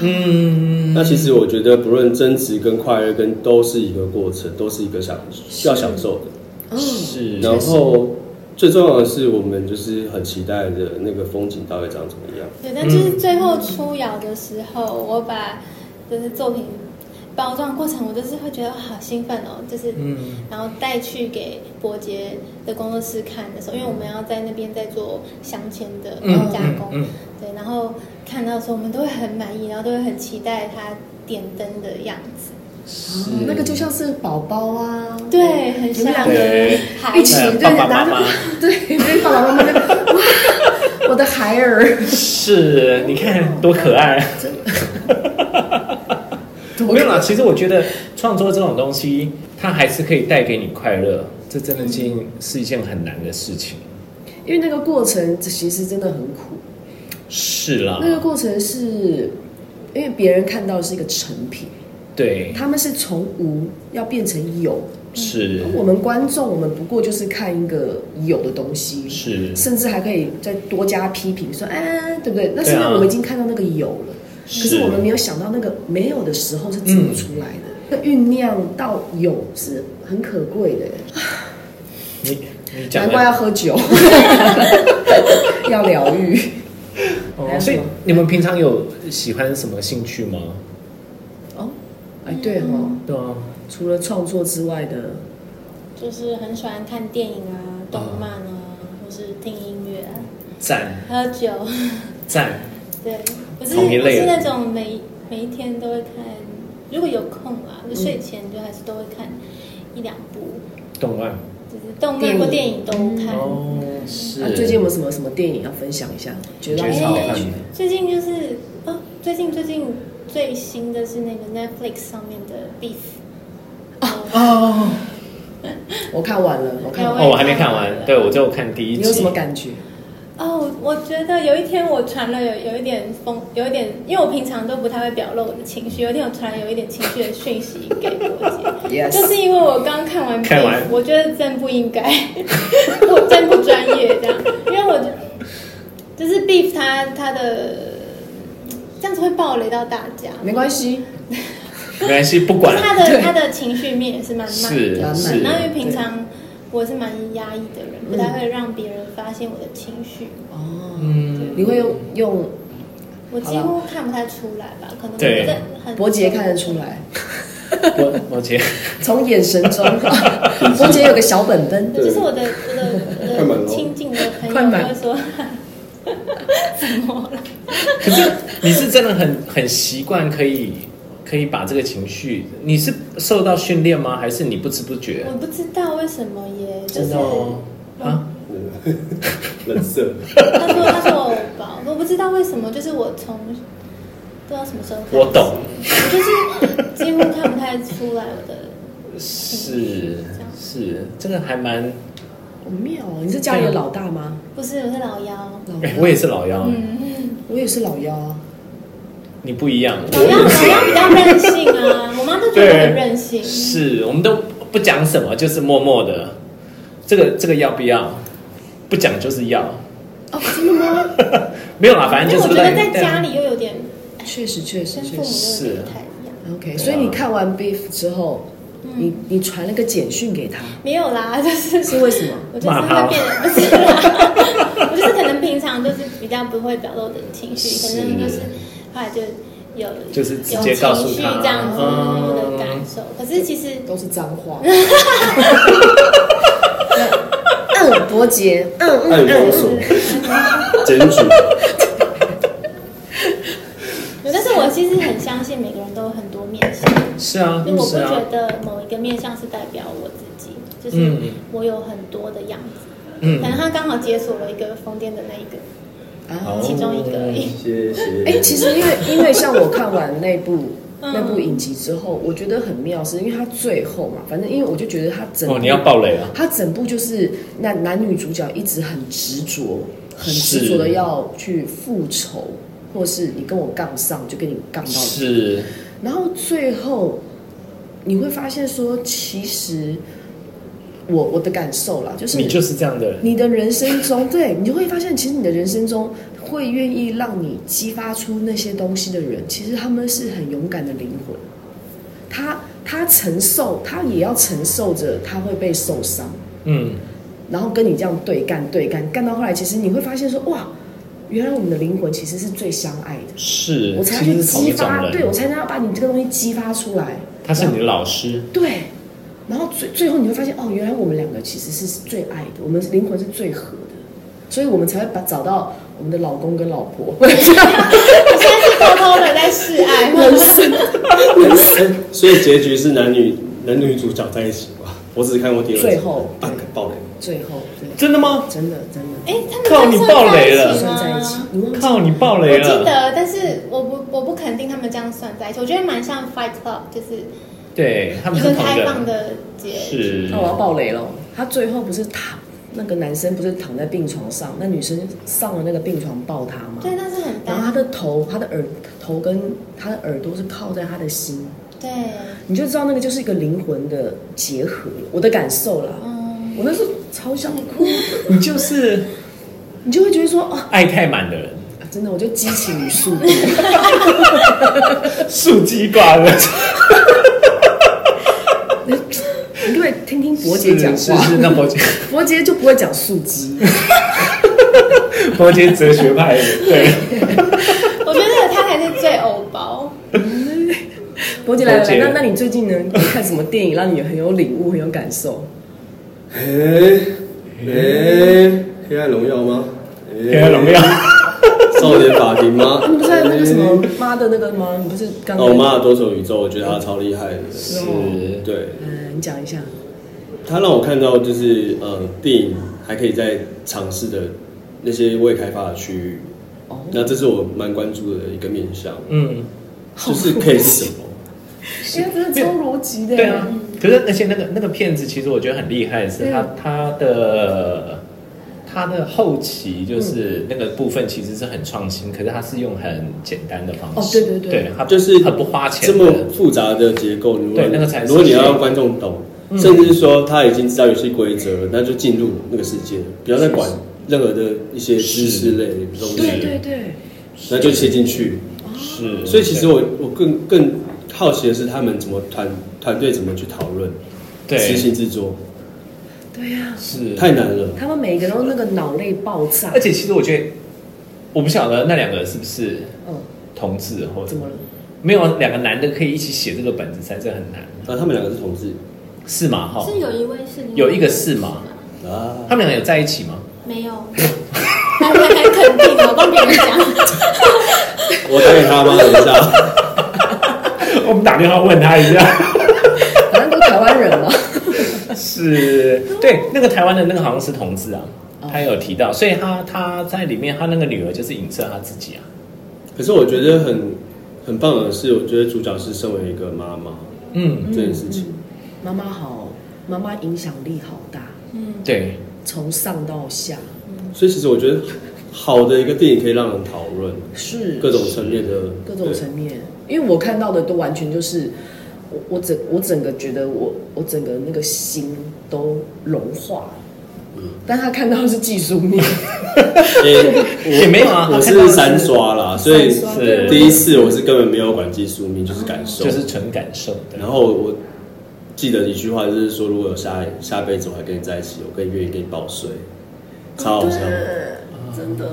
S1: 嗯，
S3: 那其实我觉得，不论争执跟快乐跟，都是一个过程，都是一个享要享受的。
S2: 嗯，
S1: 是，
S3: 然后最重要的是，我们就是很期待的那个风景到底长怎么样。
S4: 对，但就是最后出窑的时候，我把就是作品包装过程，我就是会觉得好兴奋哦，就是。
S1: 嗯
S4: 然后带去给伯杰的工作室看的时候，因为我们要在那边再做镶嵌的
S1: 嗯
S4: 加工，
S1: 嗯
S4: 对，然后看到的时候我们都会很满意，然后都会很期待它点灯的样子，
S1: 是
S2: 哦那个就像是宝宝啊，
S4: 对，很
S2: 你们
S4: 像
S2: 两个人
S4: 孩
S2: 一
S4: 子
S2: 起
S1: 对
S2: 对，
S1: 爸爸
S2: 然
S1: 妈
S2: 后
S1: 妈
S2: 就对，跟爸爸妈妈就哇，我的孩儿，
S1: 是，你看多可爱。 没有啦，其实我觉得创作这种东西，它还是可以带给你快乐，这真的件是一件很难的事情。
S2: 因为那个过程其实真的很苦，
S1: 是啦，
S2: 那个过程是因为别人看到的是一个成品，
S1: 对，
S2: 他们是从无要变成有，
S1: 是
S2: 我们观众我们不过就是看一个有的东西，
S1: 是
S2: 甚至还可以再多加批评，说哎，对不对？那是因
S1: 对
S2: 为
S1: 啊
S2: 我们已经看到那个有了，可是我们没有想到那个没有的时候是怎么出来
S1: 嗯
S2: 的。那个酝酿到有是很可贵的，
S1: 你你讲
S2: 难怪
S1: 的
S2: 要喝 酒，要疗愈。
S1: 哦，所以你们平常有喜欢什么兴趣吗？
S2: 哦，哎，对哦，
S1: 对啊，
S2: 除了创作之外的，
S4: 就是很喜欢看电影啊、动漫啊，或是听音乐、啊、
S1: 赞
S4: 喝酒，
S1: 赞，
S4: 对，不是
S1: 同一
S4: 不
S1: 类的
S4: 是那种每每一天都会看，如果有空啊，就睡前就还是都会看一两部。
S1: 动漫
S4: 就是动漫或电影都看。
S1: 哦，是
S2: 啊，最近有没有什么什么电影要分享一下？觉得
S1: 觉
S2: 很
S1: 得
S4: 哎
S1: 超
S2: 有
S1: 好看
S2: 趣
S1: 的。
S4: 最近就是哦，最近最近最新的是那个 Netflix 上面的 Beef。
S1: 哦，
S2: 我看完了，我看完了，
S1: 哦，我还没看完，对我就看第一
S2: 你
S1: 集。
S2: 有什么感觉？
S4: 哦，我觉得有一天我传了有有一点疯，有一点，因为我平常都不太会表露我的情绪，有一天我传了有一点情绪的讯息给波姐，就
S2: Yes，
S4: 是因为我刚看完 Beef，
S1: 看完
S4: 我觉得真不应该， 我真不专业这样，因为我就是 Beef 它它的这样子会暴雷到大家，
S2: 没关系，
S1: 没关系，不
S4: 可
S1: 管
S4: 是他的他的情绪面也是蛮慢
S1: 是
S4: 的，
S1: 是
S4: 那因为平常我是蛮压抑的人，不太会让别人发现我的情绪，
S2: 哦，
S1: 嗯，
S2: 你会用用
S4: 我几乎看不太出来吧，可能
S1: 对
S4: 我在很
S2: 伯杰看得出，来，
S1: 我我觉得
S4: 嗯
S2: 从 眼神中，伯杰有个小本本，
S4: 对，就是我的我的
S3: 看满
S4: 我的
S3: 了
S4: 亲近的朋
S1: 困难
S4: 我会说怎么了？
S1: 可是你是真的很很习惯，可以可以把这个情绪，你是受到训练吗？还是你不知不觉？
S4: 我不知道为什么耶，就
S1: 真
S4: 是
S1: 的哦，啊，
S3: 冷色，
S4: 他说他说我宝，我不知道为什么，就是我从不知道什么时候开始，
S1: 我懂，
S4: 我就是几乎看不太出来我的。
S1: 是是，这个还蛮，
S2: 好妙哦！你是家里的老大吗？
S4: 不是，我是老幺。
S2: 老
S1: 哎
S2: 幺，
S1: 我也是老幺，
S4: 嗯，
S2: 我也是老幺啊。
S1: 你不一样，
S4: 老幺老幺比较任性啊，我妈就觉得我很任性。
S1: 是我们都不讲什么，就是默默的，这个这个要不要？不讲就是要，
S2: 哦，真的吗？
S1: 没有啦，反
S4: 因
S1: 正
S4: 为
S1: 就
S4: 我
S1: 是
S4: 觉
S1: 不
S4: 得在家里又有点
S2: 确实，确实，
S4: 跟
S2: 确
S4: 父
S2: 实。
S4: 母啊嗯又有点不太一样。
S2: OK，所以你看完 Beef 之后，你你传了个简讯给他，
S4: 没有啦，就是
S2: 是为 什么？
S4: 我就是会变得不是啦，我就是可能平常就是比较不会表露我的情绪，可能就是后来就有
S1: 就是直接告诉他
S4: 有情绪这样子
S1: 嗯
S4: 我的感受。可是其实
S2: 都是脏 话。嗯，伯杰，嗯嗯
S3: 按摩
S2: 嗯，
S3: 所，检举，
S4: 没有，但是我其实很相信每个人都有很多面相，
S1: 是啊
S4: 因为我，不
S1: 是啊
S4: 觉，得某一个面相是代表我自己，就是
S1: 嗯
S4: 我有很多的样子，
S1: 嗯
S4: 可能他刚好解锁了一个疯癫的那一个，
S2: 啊。
S4: 其中一个而已。
S3: 谢谢。
S2: 哎、其实因为因为像我看完那部
S4: 嗯
S2: 那部影集之后，我觉得很妙，是因为它最后嘛，反正因为我就觉得它整部
S1: 哦，你要爆雷啊！
S2: 它整部就是那男女主角一直很执着，很执着的
S1: 是
S2: 要去复仇，或是你跟我杠上就跟你杠到底。
S1: 是，
S2: 然后最后你会发现说，其实我我的感受啦，就是
S1: 你就是这样的人，
S2: 你的人生中，对你就会发现，其实你的人生中会愿意让你激发出那些东西的人，其实他们是很勇敢的灵魂。他他承受，他也要承受着他会被受伤，
S1: 嗯，
S2: 然后跟你这样对干对干，干到后来，其实你会发现说，哇，原来我们的灵魂其实是最相爱的。
S1: 是，
S2: 我才去
S1: 其实是同
S2: 激
S1: 一种
S2: 发，
S1: 人，
S2: 对我才能要把你这个东西激发出来。
S1: 他是你的老师，
S2: 对，然后最最后你会发现，哦，原来我们两个其实是最爱的，我们灵魂是最合的，所以我们才会把找到我们的老公跟老婆。
S4: 我现在是偷偷的在示爱吗？
S2: 人生，人生
S3: 哎 所以结局是男女男女主角在一起吧？我只看过第二集，
S2: 最后
S3: 半个爆雷，
S2: 最后，对，
S1: 真的吗？
S2: 真的真的，
S4: 哎，他们
S1: 靠你
S4: 这样
S1: 爆雷了
S2: 算
S4: 算在
S2: 在
S4: 一
S2: 一
S4: 起
S2: 起
S4: 吗？，
S2: 你忘记
S1: 靠，你爆
S4: 我
S1: 雷
S4: 记
S1: 了，
S4: 得，但是我不我不肯定他们这样算在一起，我觉得蛮像 Fight Club，就是
S1: 对他们
S4: 一
S1: 是
S4: 个
S1: 同一
S4: 开
S1: 个
S4: 放
S1: 人，
S4: 的结局。
S1: 是
S2: 那我要爆雷了。哦他最后不是躺，那个男生不是躺在病床上，那女生上了那个病床抱他吗？
S4: 对，但是很
S2: 然后他
S4: 大，
S2: 的头、他的耳头跟他的耳朵是靠在他的心，
S4: 对，
S2: 你就知道那个就是一个灵魂的结合，我的感受啦。
S4: 嗯，
S2: 我那时候超想哭，
S1: 你就是
S2: 你就会觉得说啊，
S1: 爱太满的人，
S2: 真的，我就激情与速度，
S1: 树鸡挂的，
S2: 你对听听伯杰讲
S1: 是是
S2: 话，
S1: 是，那 伯杰
S2: 伯杰就不会讲速激，
S1: 伯杰哲学派的，对，
S4: 我觉得他才是最偶包。
S2: 伯杰
S1: 伯
S2: 来来
S1: 杰
S2: 来，那那你最近呢？有看什么电影让你很有领悟、很有感受？
S3: 哎哎，黑暗荣耀吗？哎
S1: 黑暗荣耀，
S3: 少年法庭 吗？
S2: 你不是还有那个什么
S1: 嗯
S2: 妈的那个吗？你不是刚刚
S3: 哦，妈的多重宇宙，我觉得他超厉害的。
S1: 是
S3: 对，
S2: 嗯，你讲一下，
S3: 他让我看到就是呃，电影还可以在尝试的那些未开发的区域。
S2: 哦
S3: 那这是我蛮关注的一个面向，
S1: 嗯，
S3: 就是可以是什么？
S2: 因为真的超逻辑的，
S1: 对啊，可是而且那个那个片子，其实我觉得很厉害的是，
S2: 嗯
S1: 他他的。他的后期就是那个部分其实是很创新，可是他是用很简单的方
S2: 嗯哦
S1: 式，
S2: 对对对
S1: 对，他
S3: 啊就是
S1: 很不花钱
S3: 这
S1: 的，
S3: 么复杂的结构，如果
S1: 对那个才是嗯
S3: 如果你要让观众懂，甚至是说他已经知道游戏规则了，那就进入那个世界，不要再管任何的一些知识类的东西，
S2: 对对对，
S3: 那就切进去。
S1: 是，
S3: 所以其实我我更更好奇的是他们怎么团团队怎么去讨论
S1: 对
S3: 执行制作，
S2: 对呀，
S1: 是
S3: 太难了。
S2: 他们每个都那个脑内爆炸
S1: 而，且其实我觉得，我不晓得那两个是不是
S2: 嗯，
S1: 同志或
S2: 怎么了？
S1: 没有两个男的可以一起写这个本子，才是很难，
S3: 啊，他们两个是同志
S1: 是吗？哈，
S4: 哦是有一位是
S1: 有一个是吗？
S3: 啊，
S1: 他们两个有在一起吗？
S4: 没有，还还还肯定的，我帮别人 讲。
S3: 我打给他吗？等一下，
S1: 我们打电话问他一下。
S2: 反正都台湾人嘛。
S1: 是对那个台湾的那个好像是同志啊
S2: 哦，
S1: 他有提到，所以他他在里面他那个女儿就是影射他自己啊，
S3: 可是我觉得很很棒的是，我觉得主角是身为一个妈妈
S1: 嗯，
S3: 这件事情，
S2: 妈妈好，妈妈影响力好大，
S4: 嗯，
S1: 对，
S2: 从上到下
S3: 所以其实我觉得好的一个电影可以让人讨论
S2: 是
S3: 各种层面的
S2: 各种层面，因为我看到的都完全就是我我整我整个觉得我我整个那个心都融化了。但他看到的是技术面，
S3: 对 诶
S1: 也没有啊
S3: 我我
S1: 他看到的
S3: 是
S1: 是
S3: 三刷啦，所以
S2: 三刷
S1: 是
S3: 第一次我是根本没有管技术面，就是感受，
S1: 就是纯感受的。
S3: 然后我记得一句话，就是说，如果有下下辈子我还跟你在一起，我更愿意跟你抱睡，超好笑，
S2: 哦对真的。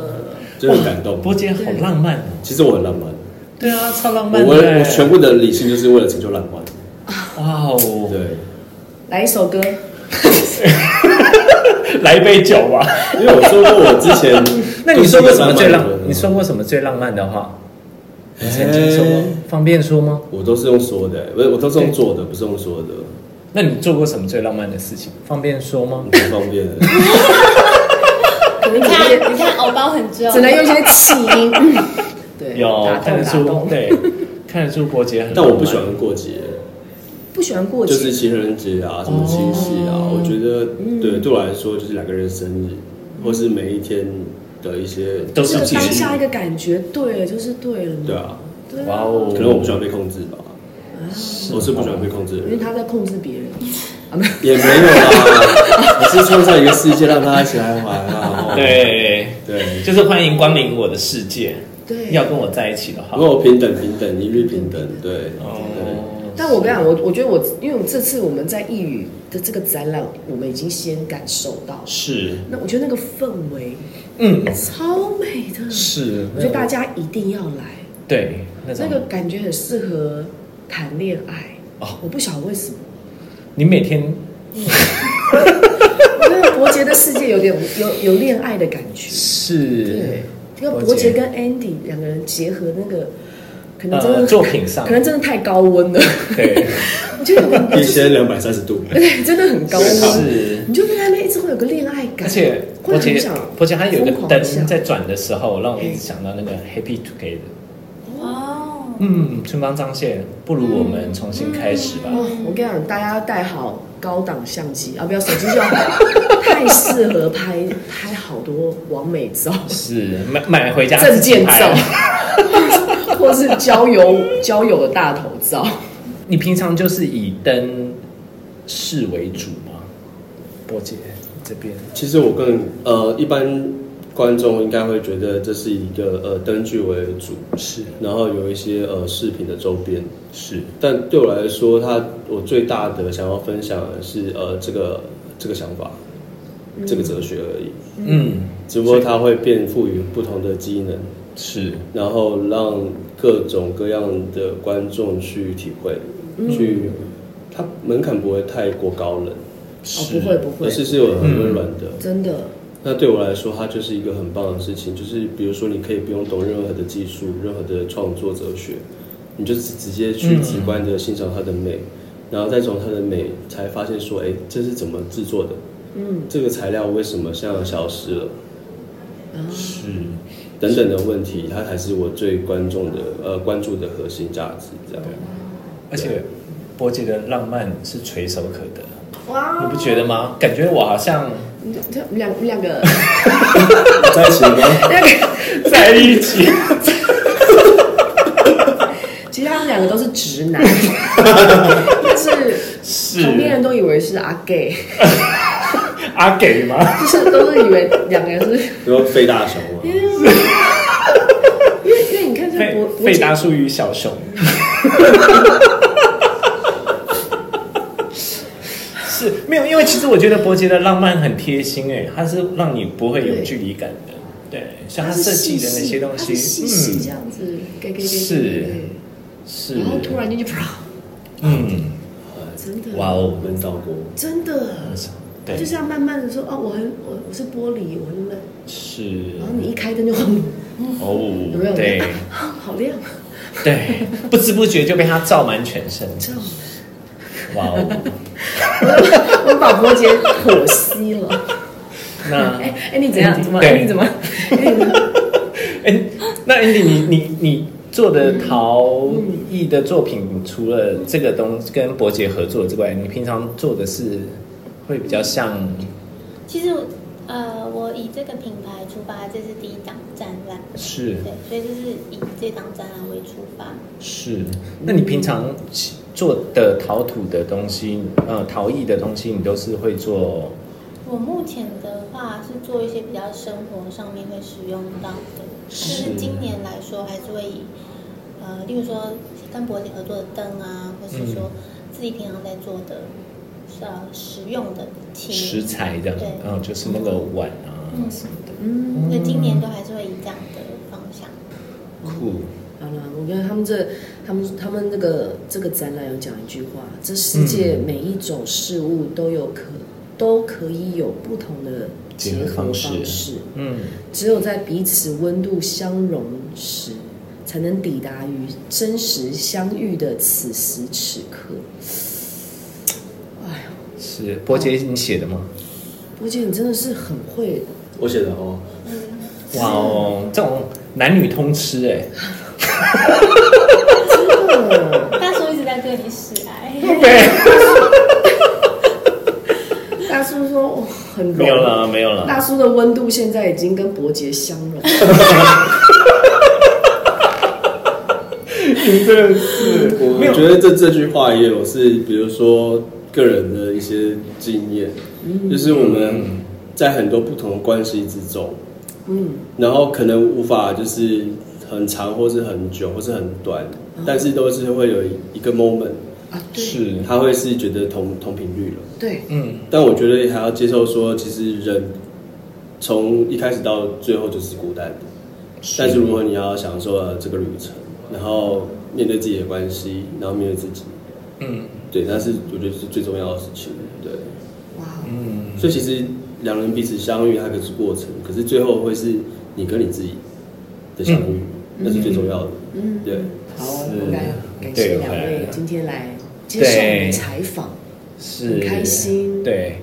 S3: 就很感动。
S1: 波姐好浪漫哦，
S3: 其实我很浪漫，
S1: 对啊，超浪漫
S3: 我
S1: 的
S3: 我
S1: 欸，
S3: 我全部的理性就是为了成就浪漫。
S1: 哇哦，
S3: 对，
S2: 来一首歌，
S1: 来一杯酒 吧。，
S3: 因为我说过我之前
S1: 那你说过什么最浪
S3: 都是一个漫漫的人？啊
S1: 你说过什么最浪漫的话？
S3: 哎
S1: 你曾经说过，方便说吗？
S3: 我都是用说的、不是我都是用做的，不是用说的，
S1: 那你做过什么最浪漫的事情？方便说吗？
S3: 不方便的。
S2: 可能
S4: 你
S2: 只能
S4: 看你看，偶包很重，
S2: 只能用一些气 音。嗯对，
S1: 有
S2: 打
S1: 看得
S2: 动打
S1: 出，
S2: 动。
S1: 对， 看得出伯杰很。
S3: 但我不喜欢。过节，
S2: 不喜欢过节，
S3: 就是情人节啊，什么七夕啊，
S1: 哦
S3: 我觉得对对我来说就是两个人生日，或是每一天的一些
S1: 嗯都是
S2: 这个
S1: 节
S2: 当
S1: 日
S2: 下一个感觉，对，就是对了嘛。
S3: 对啊，
S2: 对啊，
S1: 哇哦
S3: 可能我不喜欢被控制吧，
S1: 啊
S3: 我是不喜欢被控制的
S2: 因
S3: 人
S2: 为，他在控制别人啊，没有
S3: 也没有啦， 我是创造一个世界让大家一起来玩 啊。哦
S1: 对，
S3: 对，
S1: 就是欢迎光临我的世界。
S2: 对，
S1: 要跟我在一起的话
S3: 然，后平等平等一律平等，对，
S1: 哦，
S2: 但我跟你讲，我我觉得我，因为我这次我们在义语的这个展览，我们已经先感受到，
S1: 是，
S2: 那我觉得那个氛围
S1: 嗯，
S2: 超美的，
S1: 是，
S2: 我觉得大家一定要来，
S1: 对那
S2: 那
S1: 种，
S2: 个感觉很适合谈恋爱。
S1: 哦
S2: 我不晓得为什么，
S1: 你每天
S2: 我觉得伯杰的世界有点 有有恋爱的感觉，
S1: 是
S2: 对，因为伯
S1: 伯杰
S2: 杰跟 Andy 两个人结合那个，可能真的、
S1: 呃作品上
S2: 可，能真的太高温了，
S1: 对，
S2: 我觉得有点
S3: 一千两百三十度，
S2: 对，真的很高温，
S1: 是。
S2: 你就在那边一直会有个恋爱感，
S1: 而且，
S2: 会
S1: 伯
S2: 很
S1: 杰
S2: 想，
S1: 伯杰他有一个
S2: 疯狂
S1: 灯
S2: 一下
S1: 在转的时候，让我一直想到那个 Happy Together。
S4: 哦，
S1: 嗯，春光乍泄，不如我们重新开始吧。
S2: 哦，我跟你讲，大家要带好高档相机啊，不要手机 就好，太适合拍拍好多完美照、
S1: 是买买回家
S2: 证
S1: 自己
S2: 件
S1: 拍
S2: 照， 或是交友交友的大头照。
S1: 你平常就是以灯饰为主吗？波姐这边
S3: 其实我更呃，一般观众应该会觉得这是一个呃灯具为主，
S1: 是
S3: 然后有一些呃饰品的周边，
S1: 是
S3: 但对我来说，它我最大的想要分享的是呃这个这个想法，这个哲学而已。
S1: 嗯
S3: 只不过它会变赋予不同的机能，
S1: 是
S3: 然后让各种各样的观众去体会，去它门槛不会太过高冷，
S2: 哦，不会不
S3: 而
S2: 会，
S3: 是是有很温暖的。
S2: 真的
S3: 那对我来说，它就是一个很棒的事情，就是比如说，你可以不用懂任何的技术、任何的创作哲学，你就直直接去
S1: 嗯
S3: 直观的欣赏它的美，然后再从它的美才发现说，哎，这是怎么制作的？嗯，这个材料为什么现在消失了？
S2: 啊
S3: 嗯
S1: 是
S3: 等等的问题，它才是我最关注的呃关注的核心价值。这样，
S1: 而且波姐的浪漫是垂手可得，
S2: 哇
S1: 你
S4: 哦
S1: 不觉得吗？感觉我好 像
S2: 你这你两你两个
S3: 在一起吗？
S2: 两个，
S1: 在一起，
S2: 其实他们两个都是直 男，但是
S1: 是
S2: 旁边人都以为是阿 gay，
S1: 阿给吗？
S2: 就是都是以为两个人是，
S3: 你说费大雄啊哎吗？
S2: 因为因为你看像
S1: 费
S2: 伯伯
S1: 费
S2: 姐
S1: 达叔与小 熊。是没有，因为其实我觉得伯杰的浪漫很贴心哎、它是让你不会有距离感的。对，像他
S2: 是
S1: 设计
S2: 细
S1: 的那些东西，嗯
S2: 它是细细这样子，给给给给
S1: 是
S2: 给
S1: 嗯，是
S2: 然后突然间就啪，
S1: 嗯，
S2: 真的，
S1: 哇哦，
S3: 闷到过，
S2: 真的，
S1: 对，
S2: 就是要慢慢的说哦，我很我我是玻璃，我很冷，
S1: 是
S2: 然后你一开灯就晃，有没
S1: 哦
S2: 有，
S1: 对
S2: 好亮，
S1: 对，不知不觉就被它照满全身，
S2: 这样，
S1: 哇 哦！
S2: 我把伯杰火熄了。
S1: 那
S2: 哎哎，你怎样？怎么？
S1: 对
S2: 哎你怎么？
S1: 哎、那 Andy，你你你做的陶艺的作品，除了这个东跟伯杰合作之外，你平常做的是会比较像
S4: 其实我呃，我以这个品牌出发，这是第一档展览，
S1: 是
S4: 对，所以就是以这档展览为出发。
S1: 是？那你平常做的陶土的东西，呃，陶艺的东西，你都是会做
S4: 我目前的话是做一些比较生活上面会使用到的，就
S1: 是
S4: 是今年来说还是会以呃，例如说跟博姐合作的灯啊，或是说自己平常在做的呃实用的器
S1: 食
S4: 皿，
S1: 材这样
S4: 对，
S1: 嗯、就是那个碗啊
S4: 嗯
S1: 什么的，
S2: 嗯，
S4: 所以今年都还是会以这样的方向。
S1: 酷，
S2: 好了，我跟他们这他们他们那个这个展览有讲一句话：这世界
S1: 嗯
S2: 每一种事物都有可、都可以有不同的结
S1: 结合
S2: 合
S1: 方
S2: 方
S1: 式
S2: 式，
S1: 嗯，
S2: 只有在彼此温度相融时，才能抵达于真实相遇的此时此刻。哎呀，
S1: 是伯杰你写的吗？
S2: 波姐，你真的是很会，
S3: 我写的哦，
S4: 嗯，
S1: 哇哦，这种男女通吃哎、
S2: 真的
S4: 大叔一直在对你示爱，
S2: 大叔说哦，很 融
S1: 没有了，没有了。
S2: 大叔的温度现在已经跟伯杰相融了。
S1: 真的是没
S3: 我
S1: 有
S3: 觉得这这句话也有是，比如说个人的一些经验，
S2: 嗯
S3: 就是我们在很多不同的关系之中，
S2: 嗯，
S3: 然后可能无法就是很长，或是很久，或是很短，但是都是会有一个 moment，
S2: 嗯啊，对
S1: 是，
S3: 他会是觉得同同频率了。
S2: 对，
S1: 嗯，
S3: 但我觉得还要接受说，其实人从一开始到最后就是孤单的，但是如果你要享受呃这个旅程，然后面对自己的关系，然后面对自己，
S1: 嗯
S3: 对，那是我觉得是最重要的事情。对，
S2: 哇，
S1: 嗯，
S3: 所以其实两人彼此相遇，它可是过程，可是最后会是你跟你自己的相遇，那是最重要的。
S2: 嗯，
S3: 对，
S2: 好，
S1: 是
S2: 我感感谢两位今天来接受我们采访，
S1: 是
S2: 很开心
S1: 对，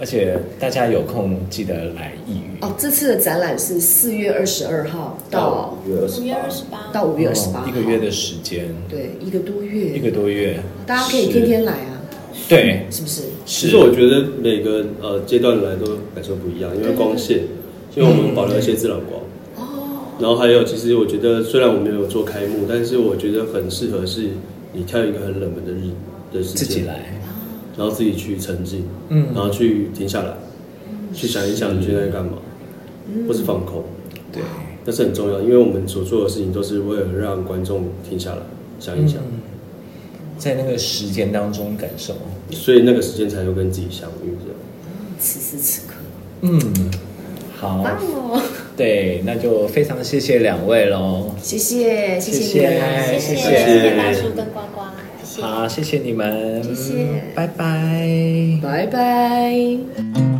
S1: 而且大家有空记得来义语。
S2: 哦，这次的展览是四月二十二号到
S3: 五月二
S4: 五月二十八，
S2: 到五月二十八号，
S1: 嗯一个月的时间，
S2: 对一个多
S1: 一
S2: 月，
S1: 个多月，
S2: 大家可以天天来啊，
S1: 对，
S2: 是不是？
S1: 是
S3: 其实我觉得每个呃阶段来都感受不一样，因为光线，
S1: 嗯
S3: 因为我们保留一些自然光。
S2: 哦，
S3: 然后还有，其实我觉得虽然我没有做开幕，但是我觉得很适合是你挑一个很冷门的日的时间，
S1: 自己，来，
S3: 然后自己去沉浸，
S1: 嗯
S3: 然后去停下来，去想一想你现在干嘛，或是放空，
S1: 对，
S3: 那是很重要，因为我们所做的事情都是为了让观众停下来想一想，
S1: 嗯在那个时间当中感受，
S3: 所以那个时间才会跟自己相遇这样。
S2: 此时此刻，
S1: 嗯，好，
S2: 哇哦，
S1: 对，那就非常谢谢两位喽，
S2: 谢谢，谢
S1: 谢
S2: 谢你们来，
S1: 哎
S4: 谢谢
S1: 谢谢
S4: 谢谢大叔跟呱呱，谢谢。
S1: 好，谢谢你们，
S4: 谢谢
S1: 拜拜。
S2: 拜拜。
S5: Thank